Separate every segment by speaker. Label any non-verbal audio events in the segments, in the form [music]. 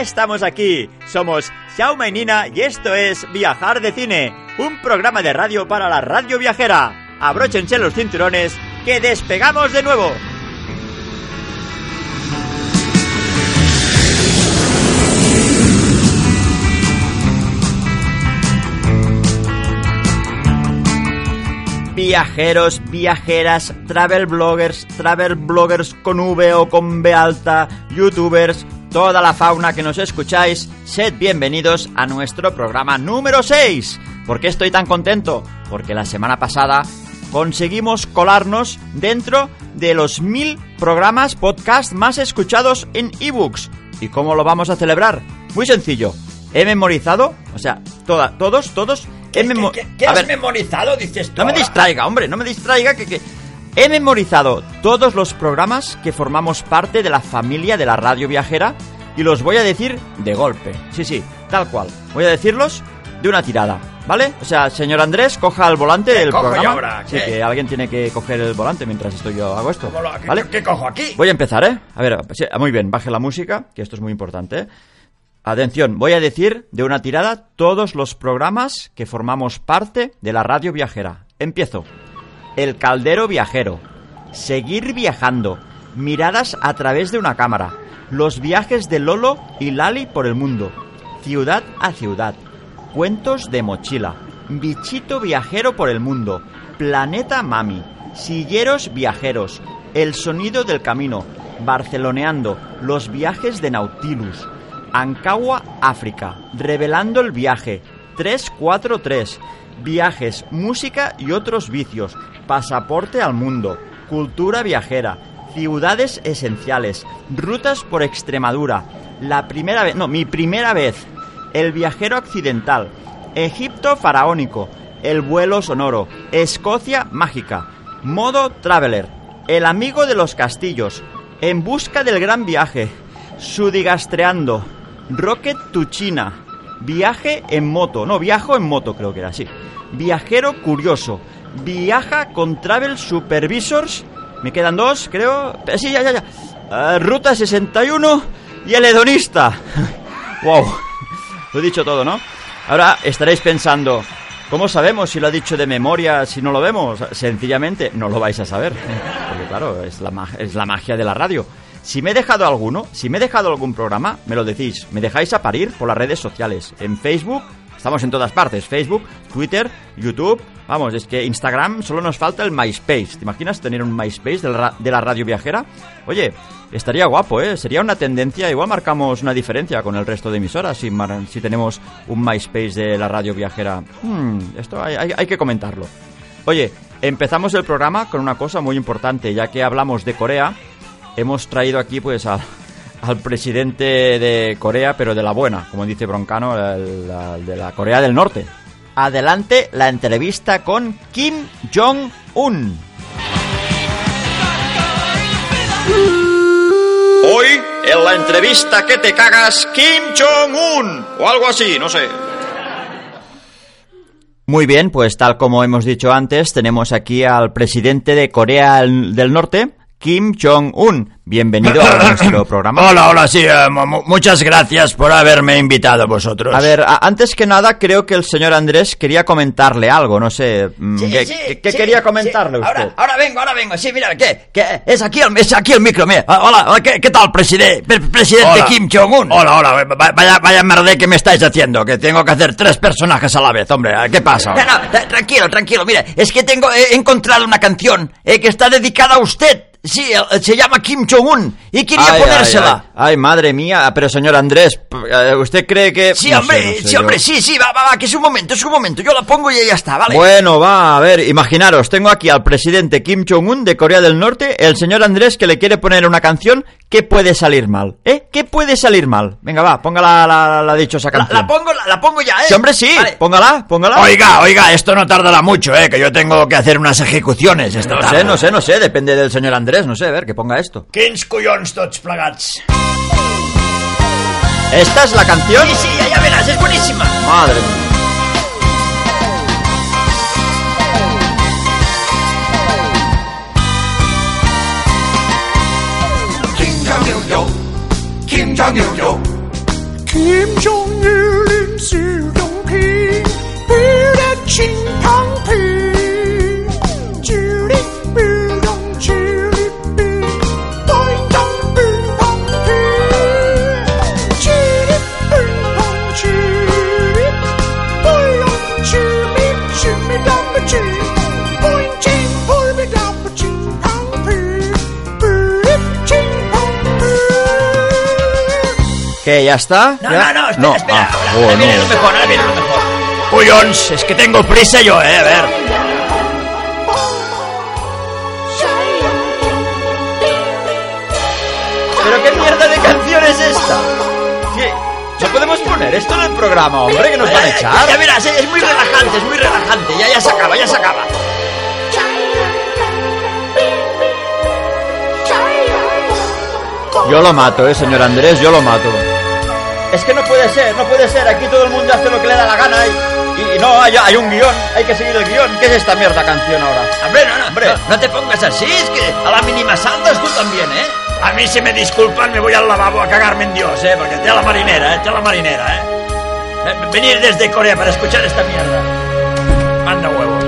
Speaker 1: estamos aquí. Somos Xiaoma y Nina y esto es Viajar de Cine, un programa de radio para la radio viajera. Abróchense los cinturones, que despegamos de nuevo. Viajeros, viajeras, travel bloggers, travel bloggers con V o con B alta, youtubers, toda la fauna que nos escucháis, sed bienvenidos a nuestro programa número 6. ¿Por qué estoy tan contento? Porque la semana pasada conseguimos colarnos dentro de los mil programas podcast más escuchados en ebooks. ¿Y cómo lo vamos a celebrar? Muy sencillo. He memorizado, o sea, toda, todos, todos,
Speaker 2: ¿Qué,
Speaker 1: he memo-
Speaker 2: qué- qué- qué
Speaker 1: A
Speaker 2: has
Speaker 1: ver,
Speaker 2: memorizado, dices tú?
Speaker 1: no me
Speaker 2: ahora?
Speaker 1: distraiga, hombre, no me distraiga que, que- He memorizado todos los programas que formamos parte de la familia de la radio viajera y los voy a decir de golpe. Sí, sí, tal cual. Voy a decirlos de una tirada, ¿vale? O sea, señor Andrés, coja el volante
Speaker 2: ¿Qué
Speaker 1: del
Speaker 2: cojo yo
Speaker 1: programa.
Speaker 2: ahora?
Speaker 1: Sí,
Speaker 2: ¿Qué?
Speaker 1: que alguien tiene que coger el volante mientras estoy yo hago esto,
Speaker 2: ¿Cómo lo- ¿Qué,
Speaker 1: ¿vale?
Speaker 2: qué cojo aquí?
Speaker 1: Voy a empezar, ¿eh? A ver, sí, muy bien, baje la música, que esto es muy importante. ¿eh? Atención, voy a decir de una tirada todos los programas que formamos parte de la radio viajera. Empiezo. El caldero viajero. Seguir viajando. Miradas a través de una cámara. Los viajes de Lolo y Lali por el mundo. Ciudad a ciudad. Cuentos de mochila. Bichito viajero por el mundo. Planeta Mami. Silleros viajeros. El sonido del camino. Barceloneando. Los viajes de Nautilus. Ancagua, África. Revelando el viaje. 343. Viajes, música y otros vicios. Pasaporte al mundo. Cultura viajera. Ciudades esenciales. Rutas por Extremadura. La primera vez... No, mi primera vez. El viajero accidental. Egipto faraónico. El vuelo sonoro. Escocia mágica. Modo Traveler. El amigo de los castillos. En busca del gran viaje. Sudigastreando. Rocket to China. Viaje en moto. No, viajo en moto creo que era así. Viajero curioso. Viaja con Travel Supervisors. Me quedan dos, creo. Eh, Sí, ya, ya, ya. Eh, Ruta 61 y el hedonista. [laughs] wow. Lo he dicho todo, ¿no? Ahora estaréis pensando, ¿cómo sabemos si lo ha dicho de memoria, si no lo vemos? Sencillamente, no lo vais a saber. Porque claro, es la, ma- es la magia de la radio. Si me he dejado alguno, si me he dejado algún programa, me lo decís. Me dejáis a parir por las redes sociales. En Facebook, estamos en todas partes. Facebook, Twitter, YouTube. Vamos, es que Instagram solo nos falta el MySpace. ¿Te imaginas tener un MySpace de la, ra- de la radio viajera? Oye, Estaría guapo, ¿eh? Sería una tendencia, igual marcamos una diferencia con el resto de emisoras si, mar- si tenemos un MySpace de la radio viajera. Hmm, esto hay, hay- hay que comentarlo. Oye, empezamos el programa con una cosa muy importante, ya que hablamos de Corea, hemos traído aquí pues al, al presidente de Corea, pero de la buena, como dice Broncano, el- la- de la Corea del Norte. Adelante la entrevista con Kim Jong-un. Hoy, en la entrevista que te cagas, Kim Jong-un, o algo así, no sé. Muy bien, pues tal como hemos dicho antes, tenemos aquí al presidente de Corea del Norte, Kim Jong-un. Bienvenido
Speaker 2: [coughs]
Speaker 1: a nuestro programa.
Speaker 2: Hola, hola, sí. eh, mu- mu- muchas gracias por haberme invitado vosotros.
Speaker 1: A ver, a- antes que nada, creo que el señor Andrés quería comentarle algo, no sé. mm,
Speaker 2: Sí,
Speaker 1: ¿Qué,
Speaker 2: sí,
Speaker 1: qué- qué
Speaker 2: sí,
Speaker 1: quería
Speaker 2: sí.
Speaker 1: comentarle usted?
Speaker 2: Ahora, ahora vengo, ahora vengo. Sí, mira, ¿qué? ¿Qué? Es, aquí el, es aquí el micro, mira. Ah, Hola, hola, ¿qué, qué tal, preside- pre- presidente
Speaker 3: Hola.
Speaker 2: Kim Jong-un?
Speaker 3: Hola, hola, va- vaya, vaya merde que me estáis haciendo, que tengo que hacer tres personajes a la vez, hombre, ¿qué pasa?
Speaker 2: No, no, tra- tranquilo, tranquilo. Mira, es que tengo he encontrado una canción eh, que está dedicada a usted. Sí, eh, se llama Kim Jong-un y quería
Speaker 1: Ay, ay,
Speaker 2: ponérsela.
Speaker 1: Ay, Ay, madre mía, pero señor Andrés, p- eh, ¿usted cree que.?
Speaker 2: Sí,
Speaker 1: No sé,
Speaker 2: hombre,
Speaker 1: no sé
Speaker 2: sí,
Speaker 1: yo.
Speaker 2: hombre, sí, sí, va, va, va, que es un momento, es un momento. Yo la pongo y ya está, ¿vale?
Speaker 1: Bueno, va, a ver, imaginaros, tengo aquí al presidente Kim Jong-un de Corea del Norte, el señor Andrés que le quiere poner una canción, ¿qué puede salir mal? ¿Eh? ¿Qué puede salir mal? Venga, va, póngala la, la dichosa
Speaker 2: la,
Speaker 1: canción.
Speaker 2: la pongo, la, la pongo ya, ¿eh?
Speaker 1: Sí, hombre, sí,
Speaker 2: Vale.
Speaker 1: póngala, póngala.
Speaker 3: Oiga, oiga, esto no tardará mucho, eh, que yo tengo que hacer unas ejecuciones esta
Speaker 1: no sé,
Speaker 3: tarde.
Speaker 1: no sé, no sé, depende del señor Andrés, no sé, a ver, que ponga esto.
Speaker 3: Quins collons tots plegats.
Speaker 1: ¿Esta es la canción?
Speaker 2: Sí, sí, ya, ya verás, es buenísima.
Speaker 1: Madre mía.
Speaker 4: Kim Jong Il Yo, Kim Jong Il Yo, Kim Jong-il은 수동필 부대칭팡필 주립부동 주립비 동동부동필 주립부동 주립 보용 주립 주미담부지 보잉칭 보미담부지 방필 부립칭팡필
Speaker 1: ¿Qué? ¿Ya está?
Speaker 2: No,
Speaker 1: ¿Ya?
Speaker 2: no, no, espera,
Speaker 1: No,
Speaker 2: espera.
Speaker 1: ah,
Speaker 2: ahora,
Speaker 1: joder,
Speaker 2: ahora viene
Speaker 1: no.
Speaker 2: lo mejor, ahora viene lo mejor. Collons, es que tengo prisa yo, eh, a ver.
Speaker 1: ¿Pero qué mierda de canción es esta? ¿Qué? ¿No podemos poner esto en el programa, hombre, que nos van a echar?
Speaker 2: Ya verás, eh, es muy relajante, es muy relajante. Ya, ya se acaba, ya se acaba.
Speaker 1: Yo lo mato, eh, señor Andrés, yo lo mato. Es que no puede ser, no puede ser. Aquí todo el mundo hace lo que le da la gana y, y no, hay, hay un guión, hay que seguir el guión. ¿Qué es esta mierda canción ahora?
Speaker 2: Hombre, no, no,
Speaker 1: Hombre.
Speaker 2: no, no te pongas así, es que a la mínima saltas tú también, ¿eh? A mí si me disculpan me voy al lavabo a cagarme en Dios, ¿eh? Porque tela marinera, ¿eh? Tela marinera, ¿eh? Ve- Venir desde Corea para escuchar esta mierda. Manda huevos.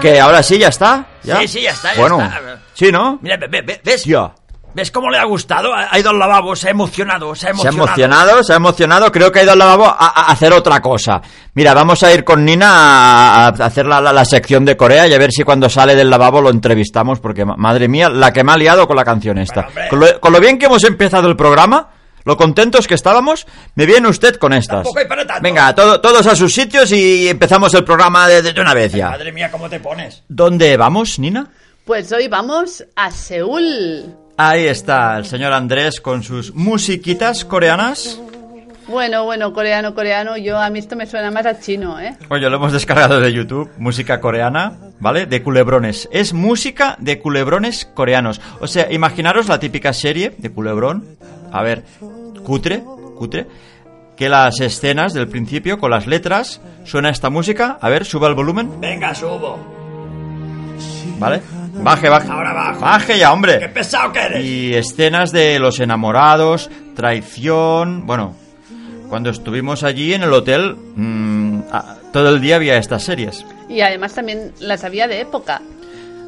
Speaker 1: ¿Que ahora sí ya está? ¿Ya?
Speaker 2: Sí, sí, ya está, ya
Speaker 1: bueno,
Speaker 2: está.
Speaker 1: sí, ¿no?
Speaker 2: Mira, ve- ve- ve- ¿ves?
Speaker 1: Hostia.
Speaker 2: ¿Ves cómo le ha gustado? Ha ha ido al lavabo, se ha emocionado, se ha
Speaker 1: Se ha
Speaker 2: emocionado.
Speaker 1: emocionado, se ha emocionado. Creo que ha ido al lavabo a, a hacer otra cosa. Mira, vamos a ir con Nina a, a hacer la, la- la sección de Corea y a ver si cuando sale del lavabo lo entrevistamos, porque ma- madre mía, la que me ha liado con la canción esta.
Speaker 2: Bueno, hombre.
Speaker 1: con, lo, con lo bien que hemos empezado el programa, lo contentos que estábamos, me viene usted con estas.
Speaker 2: Tampoco hay para tanto.
Speaker 1: Venga, todo- todos a sus sitios y empezamos el programa de, de- de una vez ya.
Speaker 2: Madre mía, cómo te pones.
Speaker 1: ¿Dónde vamos, Nina?
Speaker 5: Pues hoy vamos a Seúl.
Speaker 1: Ahí está el señor Andrés con sus musiquitas coreanas.
Speaker 5: Bueno, bueno, coreano, coreano, yo a mí esto me suena más a chino, ¿eh?
Speaker 1: Oye, lo hemos descargado de YouTube, música coreana, ¿vale? De culebrones. Es música de culebrones coreanos. O sea, imaginaros la típica serie de culebrón, a ver, cutre, cutre, que las escenas del principio con las letras suena esta música, a ver, suba el volumen,
Speaker 2: Venga, subo.
Speaker 1: ¿vale? Baje, baje.
Speaker 2: Ahora bajo.
Speaker 1: Baje ya,
Speaker 2: Qué
Speaker 1: hombre.
Speaker 2: pesado que eres.
Speaker 1: Y escenas de los enamorados, traición, bueno, cuando estuvimos allí en el hotel, mm, ah, todo el día había estas series.
Speaker 5: Y además también las había de época.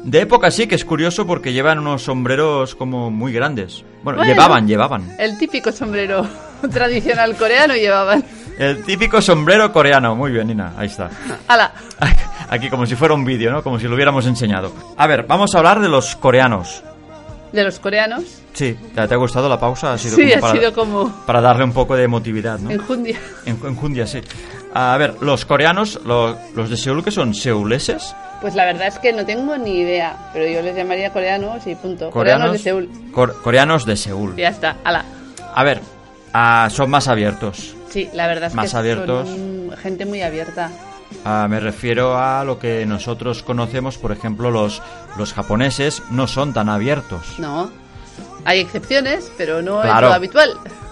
Speaker 1: De época sí que es curioso porque llevan unos sombreros como muy grandes. Bueno,
Speaker 5: Bueno.
Speaker 1: llevaban, llevaban.
Speaker 5: El típico sombrero [laughs] tradicional coreano llevaban.
Speaker 1: El típico sombrero coreano. Muy bien, Nina, ahí está. [laughs]
Speaker 5: ¡Hala!
Speaker 1: Aquí como si fuera un vídeo, ¿no? Como si lo hubiéramos enseñado. A ver, vamos a hablar de los coreanos.
Speaker 5: De los coreanos.
Speaker 1: Sí, ¿te te ha gustado la pausa? Ha sido
Speaker 5: Sí,
Speaker 1: como
Speaker 5: ha
Speaker 1: para,
Speaker 5: sido como
Speaker 1: para darle un poco de emotividad, ¿no?
Speaker 5: enjundia.
Speaker 1: En- Enjundia, sí. A ver, los coreanos, lo- los de Seúl, que son seuleses.
Speaker 5: Pues la verdad es que no tengo ni idea, pero yo les llamaría coreanos y punto. Coreanos, de Seúl.
Speaker 1: cor- coreanos de Seúl.
Speaker 5: Y ya está, ¡hala!
Speaker 1: A ver, ah, son más abiertos.
Speaker 5: Sí, la verdad es
Speaker 1: Más
Speaker 5: que son
Speaker 1: abiertos.
Speaker 5: un- gente muy abierta.
Speaker 1: Ah, me refiero a lo que nosotros conocemos, por ejemplo, los, los japoneses no son tan abiertos.
Speaker 5: No. Hay excepciones, pero no
Speaker 1: Claro.
Speaker 5: es lo habitual.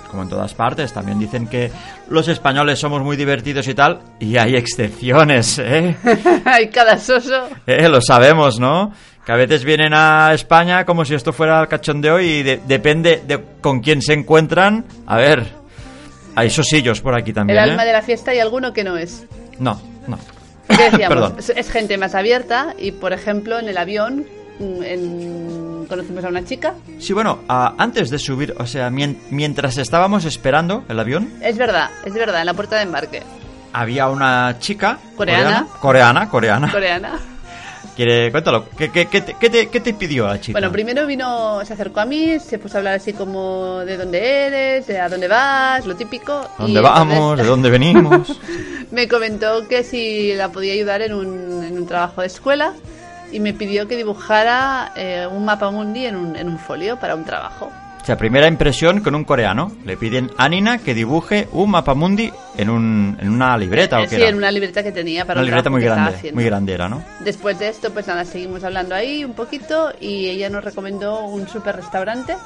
Speaker 1: Como en todas partes, también dicen que los españoles somos muy divertidos y tal, y hay excepciones, [laughs] ¿eh?
Speaker 5: [laughs] Hay cada soso.
Speaker 1: Eh, Lo sabemos, ¿no? Que a veces vienen a España como si esto fuera el cachondeo y de- depende de con quién se encuentran. A ver, hay sosillos por aquí
Speaker 5: El
Speaker 1: también,
Speaker 5: alma
Speaker 1: ¿eh?
Speaker 5: de la fiesta y alguno que no
Speaker 1: [laughs]
Speaker 5: es.
Speaker 1: No, no.
Speaker 5: ¿Qué decíamos?
Speaker 1: Perdón.
Speaker 5: es, es gente más abierta y, por ejemplo, en el avión mm, en- conocimos a una chica.
Speaker 1: Sí, bueno, ah, antes de subir, o sea, mien- mientras estábamos esperando el avión,
Speaker 5: Es verdad, es verdad, en la puerta de embarque.
Speaker 1: había una chica
Speaker 5: Coreana.
Speaker 1: coreana, coreana.
Speaker 5: Coreana.
Speaker 1: Quiere, cuéntalo, ¿qué, qué, qué te, qué te- qué te pidió la chica?
Speaker 5: Bueno, primero vino, se acercó a mí, se puso a hablar así como de dónde eres, de a dónde vas, lo típico. y
Speaker 1: ¿Dónde vamos? ¿De
Speaker 5: entonces
Speaker 1: dónde venimos?
Speaker 5: [laughs] Me comentó que si la podía ayudar en un, en un trabajo de escuela y me pidió que dibujara eh, un mapa mundi en un, en un folio para un trabajo.
Speaker 1: o sea, primera impresión con un coreano. Le piden a Nina que dibuje un mapamundi en, un, en una libreta o qué
Speaker 5: Eh, sí,
Speaker 1: era?
Speaker 5: en una libreta que tenía
Speaker 1: Una
Speaker 5: para un
Speaker 1: libreta
Speaker 5: trabajo
Speaker 1: muy
Speaker 5: que estaba
Speaker 1: grande,
Speaker 5: haciendo.
Speaker 1: muy grande era, ¿no?
Speaker 5: Después de esto, pues nada, seguimos hablando ahí un poquito y ella nos recomendó un super restaurante.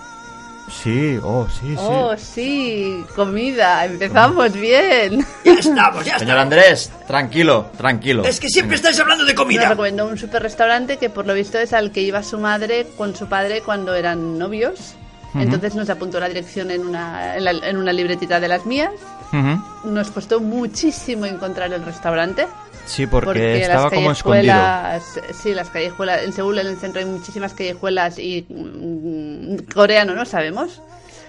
Speaker 1: Sí, oh, sí,
Speaker 5: Oh, sí, comida, empezamos bien.
Speaker 2: Ya estamos, ya
Speaker 1: sí. Señor
Speaker 2: estamos.
Speaker 1: Andrés, tranquilo, tranquilo.
Speaker 2: Es que siempre estáis hablando de
Speaker 5: Nos
Speaker 2: comida.
Speaker 5: recomendó un super restaurante que por lo visto es al que iba su madre con su padre cuando eran novios. Entonces nos apuntó la dirección en una, en, la- en una libretita de las mías.
Speaker 1: Ujú.
Speaker 5: Nos costó muchísimo encontrar el restaurante.
Speaker 1: Sí, porque, estaba
Speaker 5: las
Speaker 1: como escondido.
Speaker 5: callejuelas- Sí, las callejuelas. En Seúl, en el centro, hay muchísimas callejuelas y mm, coreano no sabemos.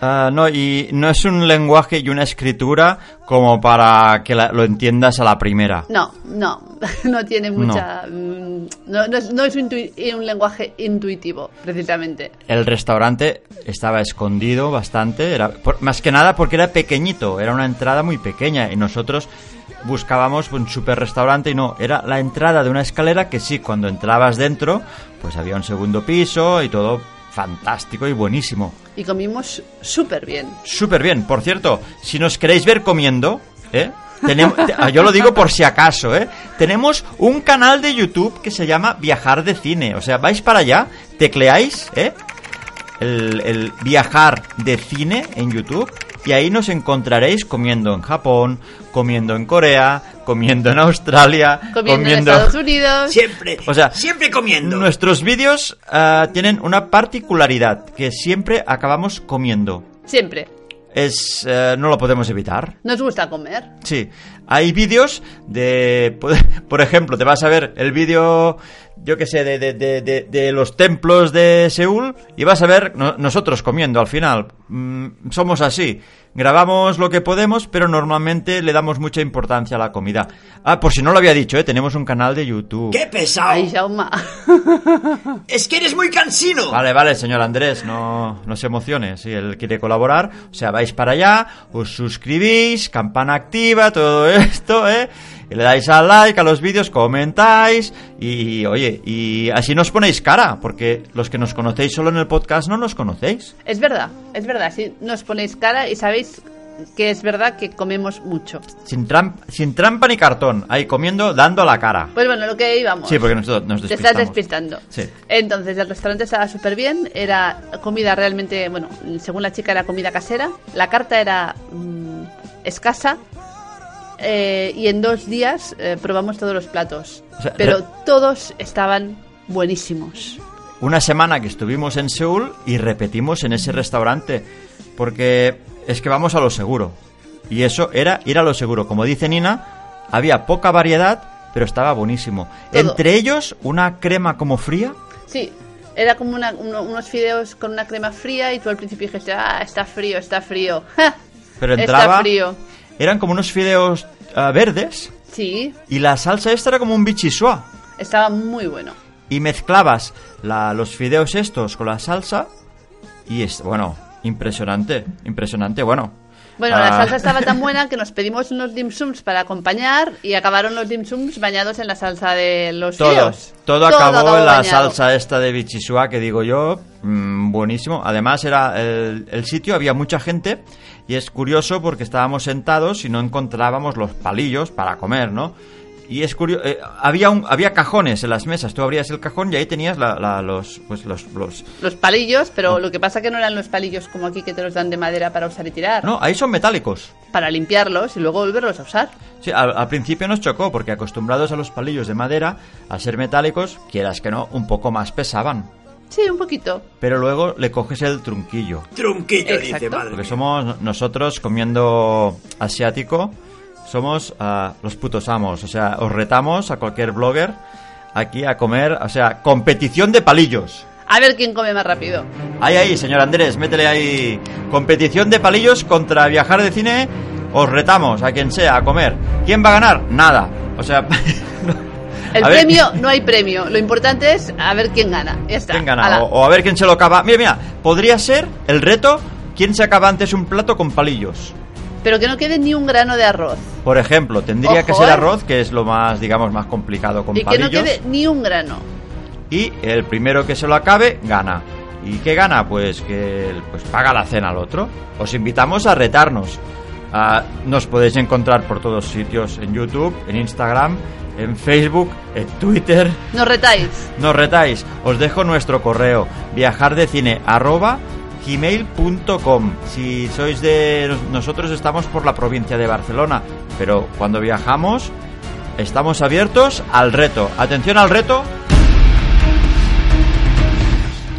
Speaker 1: Ah, no, y no es un lenguaje y una escritura como para que la- lo entiendas a la primera.
Speaker 5: No, no, [laughs] no tiene mucha. mm, No, no es, no es un, intui- un lenguaje intuitivo, precisamente.
Speaker 1: El restaurante estaba escondido bastante, era por- más que nada porque era pequeñito, era una entrada muy pequeña y nosotros buscábamos un super restaurante y no, era la entrada de una escalera que sí, cuando entrabas dentro, pues había un segundo piso y todo fantástico y buenísimo.
Speaker 5: Y comimos súper bien.
Speaker 1: Súper bien, por cierto, si nos queréis ver comiendo, ¿eh? Tenemos, [laughs] te- ah, yo lo digo por si acaso, ¿eh? Tenemos un canal de YouTube que se llama Viajar de Cine. O sea, vais para allá, tecleáis, ¿eh? El, el Viajar de Cine en YouTube y ahí nos encontraréis comiendo en Japón, comiendo en Corea, comiendo en Australia,
Speaker 5: Comiendo en Estados Unidos.
Speaker 2: Siempre,
Speaker 1: O sea,
Speaker 2: siempre comiendo.
Speaker 1: Nuestros vídeos ah, tienen una particularidad, que siempre acabamos comiendo
Speaker 5: Siempre.
Speaker 1: es eh, no lo podemos evitar.
Speaker 5: Nos gusta comer.
Speaker 1: Sí, hay vídeos de, por- [laughs] por ejemplo, te vas a ver el vídeo, yo que sé, de, de, de, de- de los templos de Seúl y vas a ver no- nosotros comiendo al final. Mm, somos así, grabamos lo que podemos, pero normalmente le damos mucha importancia a la comida. Ah, por si no lo había dicho, ¿eh? tenemos un canal de YouTube.
Speaker 2: ¡Qué pesado!
Speaker 5: Ay, Jaume. [laughs]
Speaker 2: Es que eres muy cansino.
Speaker 1: Vale, vale, señor Andrés, no, no se emocione. Si él quiere colaborar, o sea, vais para allá, os suscribís, campana activa, todo [laughs] esto, ¿eh? Y le dais al like a los vídeos, comentáis y, oye, y así nos ponéis cara, porque los que nos conocéis solo en el podcast no nos conocéis.
Speaker 5: Es verdad, es verdad. Si nos ponéis cara y sabéis que es verdad que comemos mucho.
Speaker 1: Sin, tram- sin trampa ni cartón, ahí comiendo, dando la cara.
Speaker 5: Pues bueno, lo que íbamos.
Speaker 1: Sí, porque nosotros nos
Speaker 5: Te estás
Speaker 1: despistamos.
Speaker 5: despistando.
Speaker 1: Sí.
Speaker 5: Entonces, el restaurante estaba súper bien. Era comida realmente, bueno, según la chica era comida casera. La carta era mm, escasa. Eh, y en dos días eh, probamos todos los platos.
Speaker 1: O sea,
Speaker 5: pero
Speaker 1: re-
Speaker 5: todos estaban buenísimos.
Speaker 1: una semana que estuvimos en Seúl y repetimos en ese restaurante. Porque es que vamos a lo seguro. Y eso era ir a lo seguro. Como dice Nina, había poca variedad, pero estaba buenísimo.
Speaker 5: Todo.
Speaker 1: Entre ellos, una crema como fría.
Speaker 5: Sí, era como una- uno- unos fideos con una crema fría y tú al principio dijiste, ah, está frío, está frío. [laughs] Ja,
Speaker 1: Pero
Speaker 5: Está
Speaker 1: entraba.
Speaker 5: frío.
Speaker 1: Eran como unos fideos ah, verdes.
Speaker 5: Sí,
Speaker 1: Y la salsa esta era como un bichisua.
Speaker 5: estaba muy bueno.
Speaker 1: Y mezclabas la- los fideos estos con la salsa. Y es, bueno, impresionante. Impresionante, bueno.
Speaker 5: Bueno,
Speaker 1: Ah.
Speaker 5: la salsa estaba tan buena que nos pedimos unos dim sums para acompañar y acabaron los dim sums bañados en la salsa de los
Speaker 1: Todo,
Speaker 5: fideos.
Speaker 1: todo acabó en la
Speaker 5: bañado.
Speaker 1: salsa esta de bichisua que digo yo, mm, buenísimo. Además era el, el sitio, había mucha gente y es curioso porque estábamos sentados y no encontrábamos los palillos para comer, ¿no? Y es curioso, había, un, había cajones en las mesas, tú abrías el cajón y ahí tenías la- la- los, pues los, los...
Speaker 5: Los palillos, pero
Speaker 1: Mm.
Speaker 5: lo que pasa que no eran los palillos como aquí que te los dan de madera para usar y tirar,
Speaker 1: No, ahí son metálicos.
Speaker 5: para limpiarlos y luego volverlos a usar.
Speaker 1: Sí, al, al principio nos chocó porque acostumbrados a los palillos de madera, a ser metálicos, quieras que no, un poco más pesaban.
Speaker 5: Sí, un poquito.
Speaker 1: Pero luego le coges el trunquillo.
Speaker 2: Trunquillo,
Speaker 5: Exacto.
Speaker 2: dice madre.
Speaker 1: Porque
Speaker 2: mía.
Speaker 1: somos nosotros comiendo asiático, somos ah, los putos amos. O sea, os retamos a cualquier blogger aquí a comer, o sea, competición de palillos.
Speaker 5: A ver quién come más rápido.
Speaker 1: Ahí, ahí, señor Andrés, métele ahí. Competición de palillos contra viajar de cine. Os retamos a quien sea a comer. ¿Quién va a ganar? Nada. O sea, [laughs]
Speaker 5: El
Speaker 1: a ver-
Speaker 5: premio, no hay premio. Lo importante es a ver quién gana. Ya está.
Speaker 1: ¿Quién gana?
Speaker 5: Ala.
Speaker 1: O, o a ver quién se lo acaba. Mira, mira, podría ser el reto quién se acaba antes un plato con palillos.
Speaker 5: Pero que no quede ni un grano de arroz.
Speaker 1: Por ejemplo, tendría
Speaker 5: Ojo,
Speaker 1: que ser
Speaker 5: ¿eh?
Speaker 1: arroz, que es lo más, digamos, más complicado con
Speaker 5: Y que no
Speaker 1: palillos.
Speaker 5: quede ni un grano.
Speaker 1: Y el primero que se lo acabe, gana. ¿Y qué gana? Pues que el- pues paga la cena al otro. Os invitamos a retarnos. Ah, nos podéis encontrar por todos sitios, en YouTube, en Instagram, en Facebook, en Twitter.
Speaker 5: Nos retáis.
Speaker 1: Nos retáis. Os dejo nuestro correo, viajardecine.gmail.com Si sois de... Nosotros estamos por la provincia de Barcelona, pero cuando viajamos estamos abiertos al reto. Atención al reto,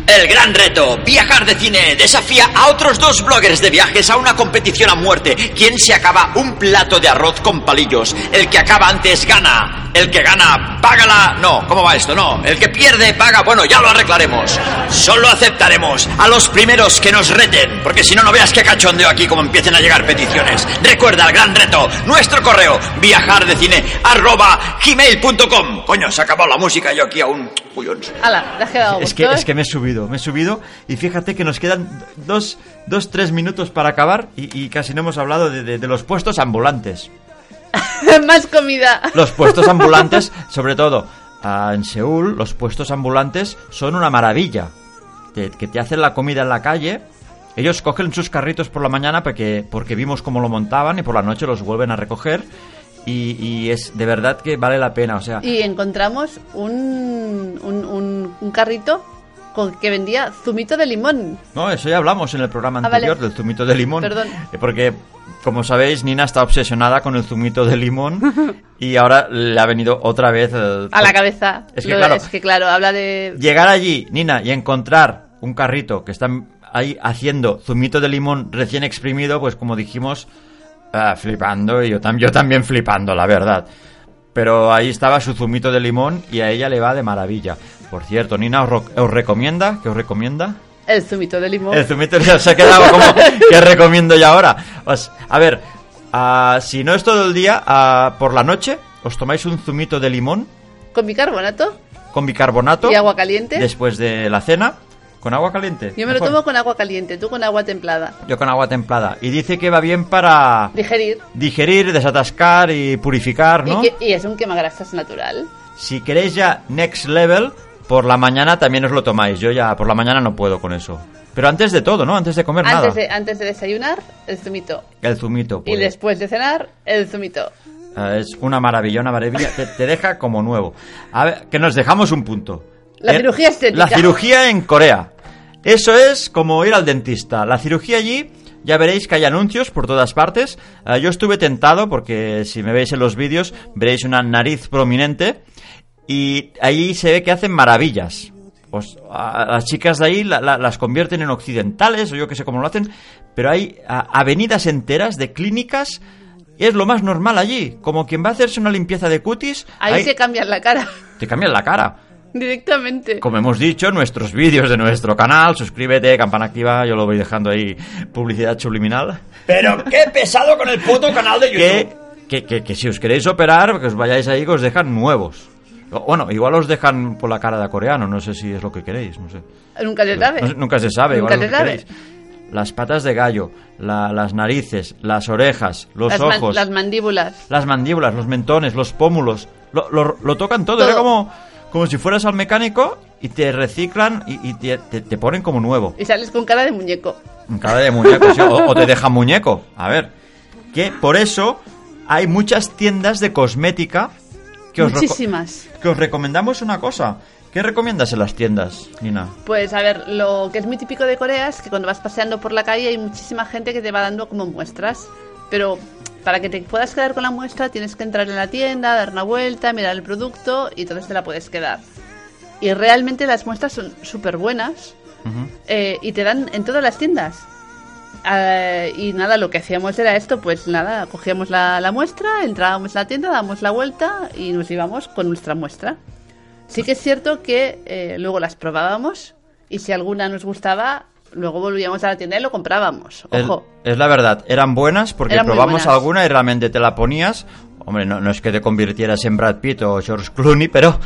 Speaker 2: El gran reto, viajar de cine, desafía a otros dos bloggers de viajes a una competición a muerte. ¿Quién se acaba un plato de arroz con palillos? El que acaba antes gana. El que gana, paga la... No, ¿cómo va esto? No. El que pierde, paga. Bueno, ya lo arreglaremos. Solo aceptaremos a los primeros que nos reten, porque si no, no veas qué cachondeo aquí como empiecen a llegar peticiones. Recuerda el gran reto, nuestro correo, viajardecine, arroba, gmail.com. Coño, se acabó la música, yo aquí aún... Uy,
Speaker 5: Ala, te has quedado.
Speaker 1: Es que,
Speaker 5: [laughs]
Speaker 1: es que me he subido, me he subido y fíjate que nos quedan dos, dos tres minutos para acabar y, y casi no hemos hablado de, de- de los puestos ambulantes.
Speaker 5: Más comida.
Speaker 1: Los puestos ambulantes, sobre todo ah, en Seúl, los puestos ambulantes son una maravilla. Te- que te hacen la comida en la calle. Ellos cogen sus carritos por la mañana porque, porque vimos cómo lo montaban y por la noche los vuelven a recoger. Y, y es de verdad que vale la pena. O sea,
Speaker 5: Y encontramos un, un, un- un carrito con que vendía zumito de limón.
Speaker 1: No, eso ya hablamos en el programa
Speaker 5: Ah,
Speaker 1: anterior
Speaker 5: vale.
Speaker 1: del zumito de limón.
Speaker 5: Perdón.
Speaker 1: Eh, Porque, como sabéis, Nina está obsesionada con el zumito de
Speaker 5: [laughs]
Speaker 1: limón y ahora le ha venido otra vez... eh,
Speaker 5: A la cabeza.
Speaker 1: Es que claro.
Speaker 5: es que claro, habla de...
Speaker 1: Llegar allí, Nina, y encontrar un carrito que están ahí haciendo zumito de limón recién exprimido, pues como dijimos, ah, flipando, y yo, tam- yo también flipando, la verdad. Pero ahí estaba su zumito de limón y a ella le va de maravilla. Por cierto, Nina os, ro- os recomienda, ¿qué os recomienda?
Speaker 5: El zumito de limón.
Speaker 1: El zumito ya se ha quedado como que recomiendo yo ahora. Os- a ver, ah, si no es todo el día, ah, por la noche os tomáis un zumito de limón
Speaker 5: Con bicarbonato
Speaker 1: con bicarbonato.
Speaker 5: y agua caliente.
Speaker 1: Después de la cena, con agua caliente.
Speaker 5: Yo me lo
Speaker 1: mejor.
Speaker 5: tomo con agua caliente, tú con agua templada.
Speaker 1: Yo con agua templada. Y dice que va bien para
Speaker 5: Digerir.
Speaker 1: digerir, desatascar y purificar, ¿no?
Speaker 5: Y, que- y es un quemagrasas natural.
Speaker 1: Si queréis ya next level, por la mañana también os lo tomáis. Yo ya por la mañana no puedo con eso. Pero antes de todo, ¿no? Antes de comer
Speaker 5: Antes de,
Speaker 1: Pues nada.
Speaker 5: antes de desayunar, el zumito.
Speaker 1: El zumito.
Speaker 5: Y
Speaker 1: pues.
Speaker 5: después de cenar, el zumito.
Speaker 1: Ah, es una maravilla, una maravilla. Te, te deja como nuevo. A ver, que nos dejamos un punto.
Speaker 5: La
Speaker 1: Eh,
Speaker 5: cirugía estética.
Speaker 1: La cirugía en Corea. Eso es como ir al dentista. La cirugía allí, ya veréis que hay anuncios por todas partes. Ah, yo estuve tentado, porque si me veis en los vídeos, veréis una nariz prominente. Y ahí se ve que hacen maravillas. Pues, a- a las chicas de ahí la- la- las convierten en occidentales, o yo que sé cómo lo hacen. Pero hay a- avenidas enteras de clínicas. y es lo más normal allí. Como quien va a hacerse una limpieza de cutis,
Speaker 5: Ahí,
Speaker 1: ahí
Speaker 5: se cambian la cara [laughs]
Speaker 1: te cambian la cara.
Speaker 5: directamente.
Speaker 1: Como hemos dicho, nuestros vídeos de nuestro canal, suscríbete, campana activa, yo lo voy dejando ahí, publicidad subliminal.
Speaker 2: Pero qué pesado con el puto canal de YouTube.
Speaker 1: Que, que, que, que si os queréis operar, que os vayáis ahí, que os dejan nuevos. O- Bueno, igual os dejan por la cara de coreano, no sé si es lo que queréis, no sé.
Speaker 5: Nunca se sabe.
Speaker 1: No sé, nunca se sabe,
Speaker 5: Nunca
Speaker 1: igual
Speaker 5: se
Speaker 1: es lo que
Speaker 5: sabe.
Speaker 1: queréis. Las patas de gallo, la- las narices, las orejas, los
Speaker 5: Las, man-
Speaker 1: ojos,
Speaker 5: las mandíbulas.
Speaker 1: las mandíbulas, los mentones, los pómulos, lo, lo- lo tocan todo.
Speaker 5: Todo.
Speaker 1: Era como, como si fueras al mecánico y te reciclan y, y te, te- te ponen como nuevo.
Speaker 5: Y sales con cara de muñeco.
Speaker 1: Cara de muñeco, sí, o, o te dejan muñeco. A ver, que por eso hay muchas tiendas de cosmética que os, reco-
Speaker 5: Muchísimas.
Speaker 1: que os recomendamos una cosa. ¿Qué recomiendas en las tiendas, Nina?
Speaker 5: Pues a ver, lo que es muy típico de Corea es que cuando vas paseando por la calle hay muchísima gente que te va dando como muestras. Pero para que te puedas quedar con la muestra tienes que entrar en la tienda, dar una vuelta, mirar el producto y entonces te la puedes quedar. Y realmente las muestras son súper buenas eh, y te dan en todas las tiendas. Eh, y nada, lo que hacíamos era esto, pues nada, cogíamos la, la muestra, entrábamos a la tienda, dábamos la vuelta y nos íbamos con nuestra muestra. Sí que es cierto que eh, luego las probábamos y si alguna nos gustaba, luego volvíamos a la tienda y lo comprábamos.
Speaker 1: Es,
Speaker 5: Ojo,
Speaker 1: es la verdad, eran buenas porque
Speaker 5: Eran muy
Speaker 1: probamos
Speaker 5: buenas.
Speaker 1: alguna y realmente te la ponías. Hombre, no, no es que te convirtieras en Brad Pitt o George Clooney, pero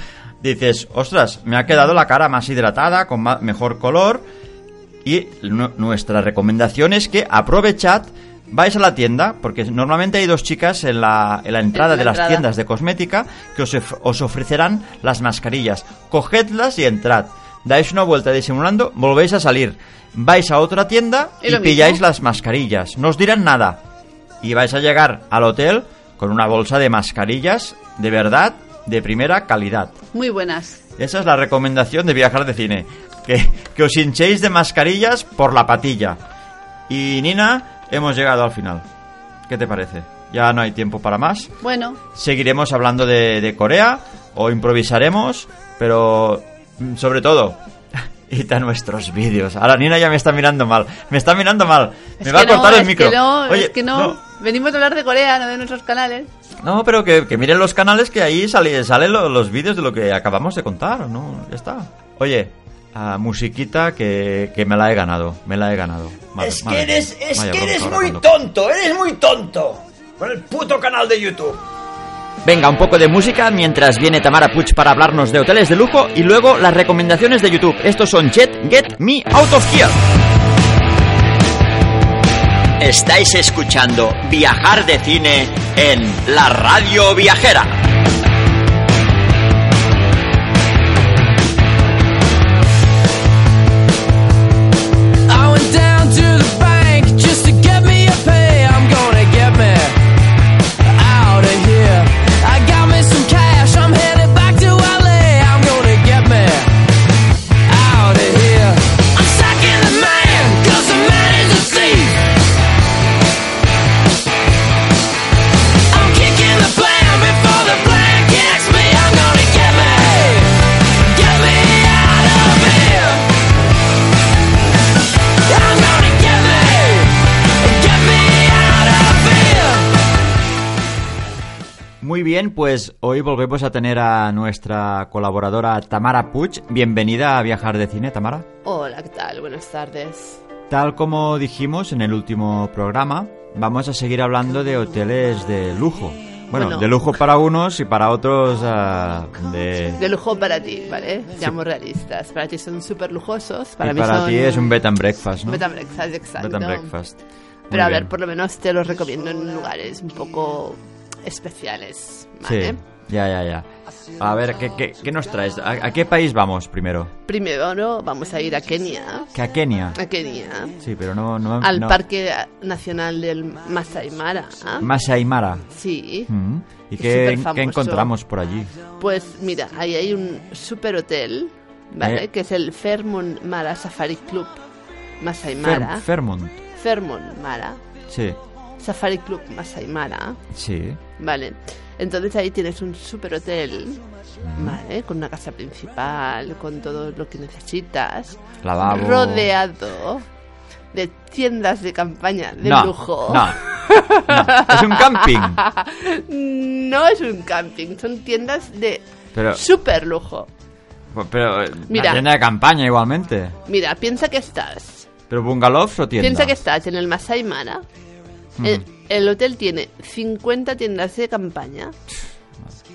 Speaker 1: dices, ostras, me ha quedado la cara más hidratada, con ma- mejor color. Y nu- nuestra recomendación es que aprovechad, vais a la tienda, porque normalmente hay dos chicas en la, en la entrada
Speaker 5: En la
Speaker 1: de las
Speaker 5: entrada.
Speaker 1: tiendas de cosmética que os, of- os ofrecerán las mascarillas. Cogedlas y entrad. Dais una vuelta disimulando, volvéis a salir. Vais a otra tienda
Speaker 5: ¿Y
Speaker 1: y,
Speaker 5: lo mismo?
Speaker 1: pilláis las mascarillas. No os dirán nada. Y vais a llegar al hotel con una bolsa de mascarillas de verdad, de primera calidad.
Speaker 5: muy buenas.
Speaker 1: Esa es la recomendación de viajar de cine. Que, que os hinchéis de mascarillas por la patilla. Y Nina, hemos llegado al final. ¿Qué te parece? Ya no hay tiempo para más.
Speaker 5: Bueno,
Speaker 1: Seguiremos hablando de, de Corea o improvisaremos, pero mm, sobre todo, [laughs] y a nuestros vídeos. Ahora Nina ya me está mirando mal. Me está mirando mal.
Speaker 6: Es
Speaker 1: me va a
Speaker 6: que no,
Speaker 1: cortar el
Speaker 6: es
Speaker 1: micro.
Speaker 6: Que no,
Speaker 1: Oye,
Speaker 6: es que no. Venimos a hablar de Corea, no de nuestros canales.
Speaker 1: No, pero que, que miren los canales que ahí sale, salen lo- los vídeos de lo que acabamos de contar, ¿no? Ya está. Oye, a musiquita que, que me la he ganado, me la he ganado. Madre-
Speaker 2: es que
Speaker 1: madre
Speaker 2: eres,
Speaker 1: mía,
Speaker 2: es
Speaker 1: vaya
Speaker 2: que
Speaker 1: bronca
Speaker 2: eres
Speaker 1: ahora
Speaker 2: muy
Speaker 1: cuando-
Speaker 2: tonto, eres muy tonto. Con el puto canal de YouTube.
Speaker 1: Venga, un poco de música mientras viene Tamara Puch para hablarnos de hoteles de lujo y luego las recomendaciones de YouTube. Estos son Jet Get Me Out of Here. Estáis escuchando Viajar de Cine en la Radio Viajera.
Speaker 7: I went down to the bank just to get me a pay. I'm gonna get me out of here. I got me some cash. I'm headed back to LA. I'm gonna get me out of here. I'm sacking the man, cause the man is a thief. I'm kicking the plan before the plan kicks me. I'm gonna get me, get me out of here. I'm gonna get me, get me out of here.
Speaker 1: Muy bien, pues hoy volvemos a tener a nuestra colaboradora Tamara Puch. Bienvenida a Viajar de Cine, Tamara.
Speaker 5: Hola, ¿qué tal? Buenas tardes.
Speaker 1: Tal como dijimos en el último programa, vamos a seguir hablando de hoteles de lujo. Bueno,
Speaker 5: Bueno.
Speaker 1: de lujo para unos y para otros ah, de...
Speaker 5: De lujo para ti, ¿vale? Seamos realistas. Para ti son súper lujosos. Para
Speaker 1: y
Speaker 5: mí
Speaker 1: para
Speaker 5: son...
Speaker 1: ti es un bed and breakfast, ¿no?
Speaker 5: Bed and breakfast, exacto.
Speaker 1: Bed and breakfast. Muy
Speaker 5: Pero a ver,
Speaker 1: bien.
Speaker 5: por lo menos te los recomiendo en lugares un poco especiales, ¿vale?
Speaker 1: Sí, ya, ya, ya. A ver, ¿qué, qué, qué nos traes? ¿A, a qué país vamos primero?
Speaker 5: Primero ¿no? vamos a ir a Kenia.
Speaker 1: Que a Kenia.
Speaker 5: A Kenia.
Speaker 1: Sí, pero no... no
Speaker 5: Al
Speaker 1: Ah, no.
Speaker 5: Parque Nacional del Masai Mara. ¿ah?
Speaker 1: Masai Mara.
Speaker 5: Sí.
Speaker 1: Mm. ¿Y
Speaker 5: Es
Speaker 1: qué,
Speaker 5: superfamoso.
Speaker 1: qué encontramos por allí?
Speaker 5: Pues mira, ahí hay un super hotel, ¿vale?
Speaker 1: Eh.
Speaker 5: Que es el Fairmont Mara Safari Club Masai
Speaker 1: Fer-
Speaker 5: Mara.
Speaker 1: Fairmont.
Speaker 5: Fairmont Mara
Speaker 1: Sí,
Speaker 5: Safari Club Masai Mara,
Speaker 1: sí.
Speaker 5: ¿vale? Entonces ahí tienes un super hotel, ¿vale? Con una casa principal, con todo lo que necesitas.
Speaker 1: Lavabo.
Speaker 5: Rodeado de tiendas de campaña de
Speaker 1: no,
Speaker 5: lujo. [laughs]
Speaker 1: No, no. Es un camping.
Speaker 5: [laughs] No es un camping, son tiendas de
Speaker 1: Pero-
Speaker 5: super lujo.
Speaker 1: Pero eh,
Speaker 5: Mira.
Speaker 1: la tienda de campaña igualmente.
Speaker 5: Mira, piensa que estás
Speaker 1: Pero bungalows o tienda.
Speaker 5: Piensa que estás en el Masai Mara.
Speaker 1: Mm.
Speaker 5: El, el hotel tiene 50 tiendas de campaña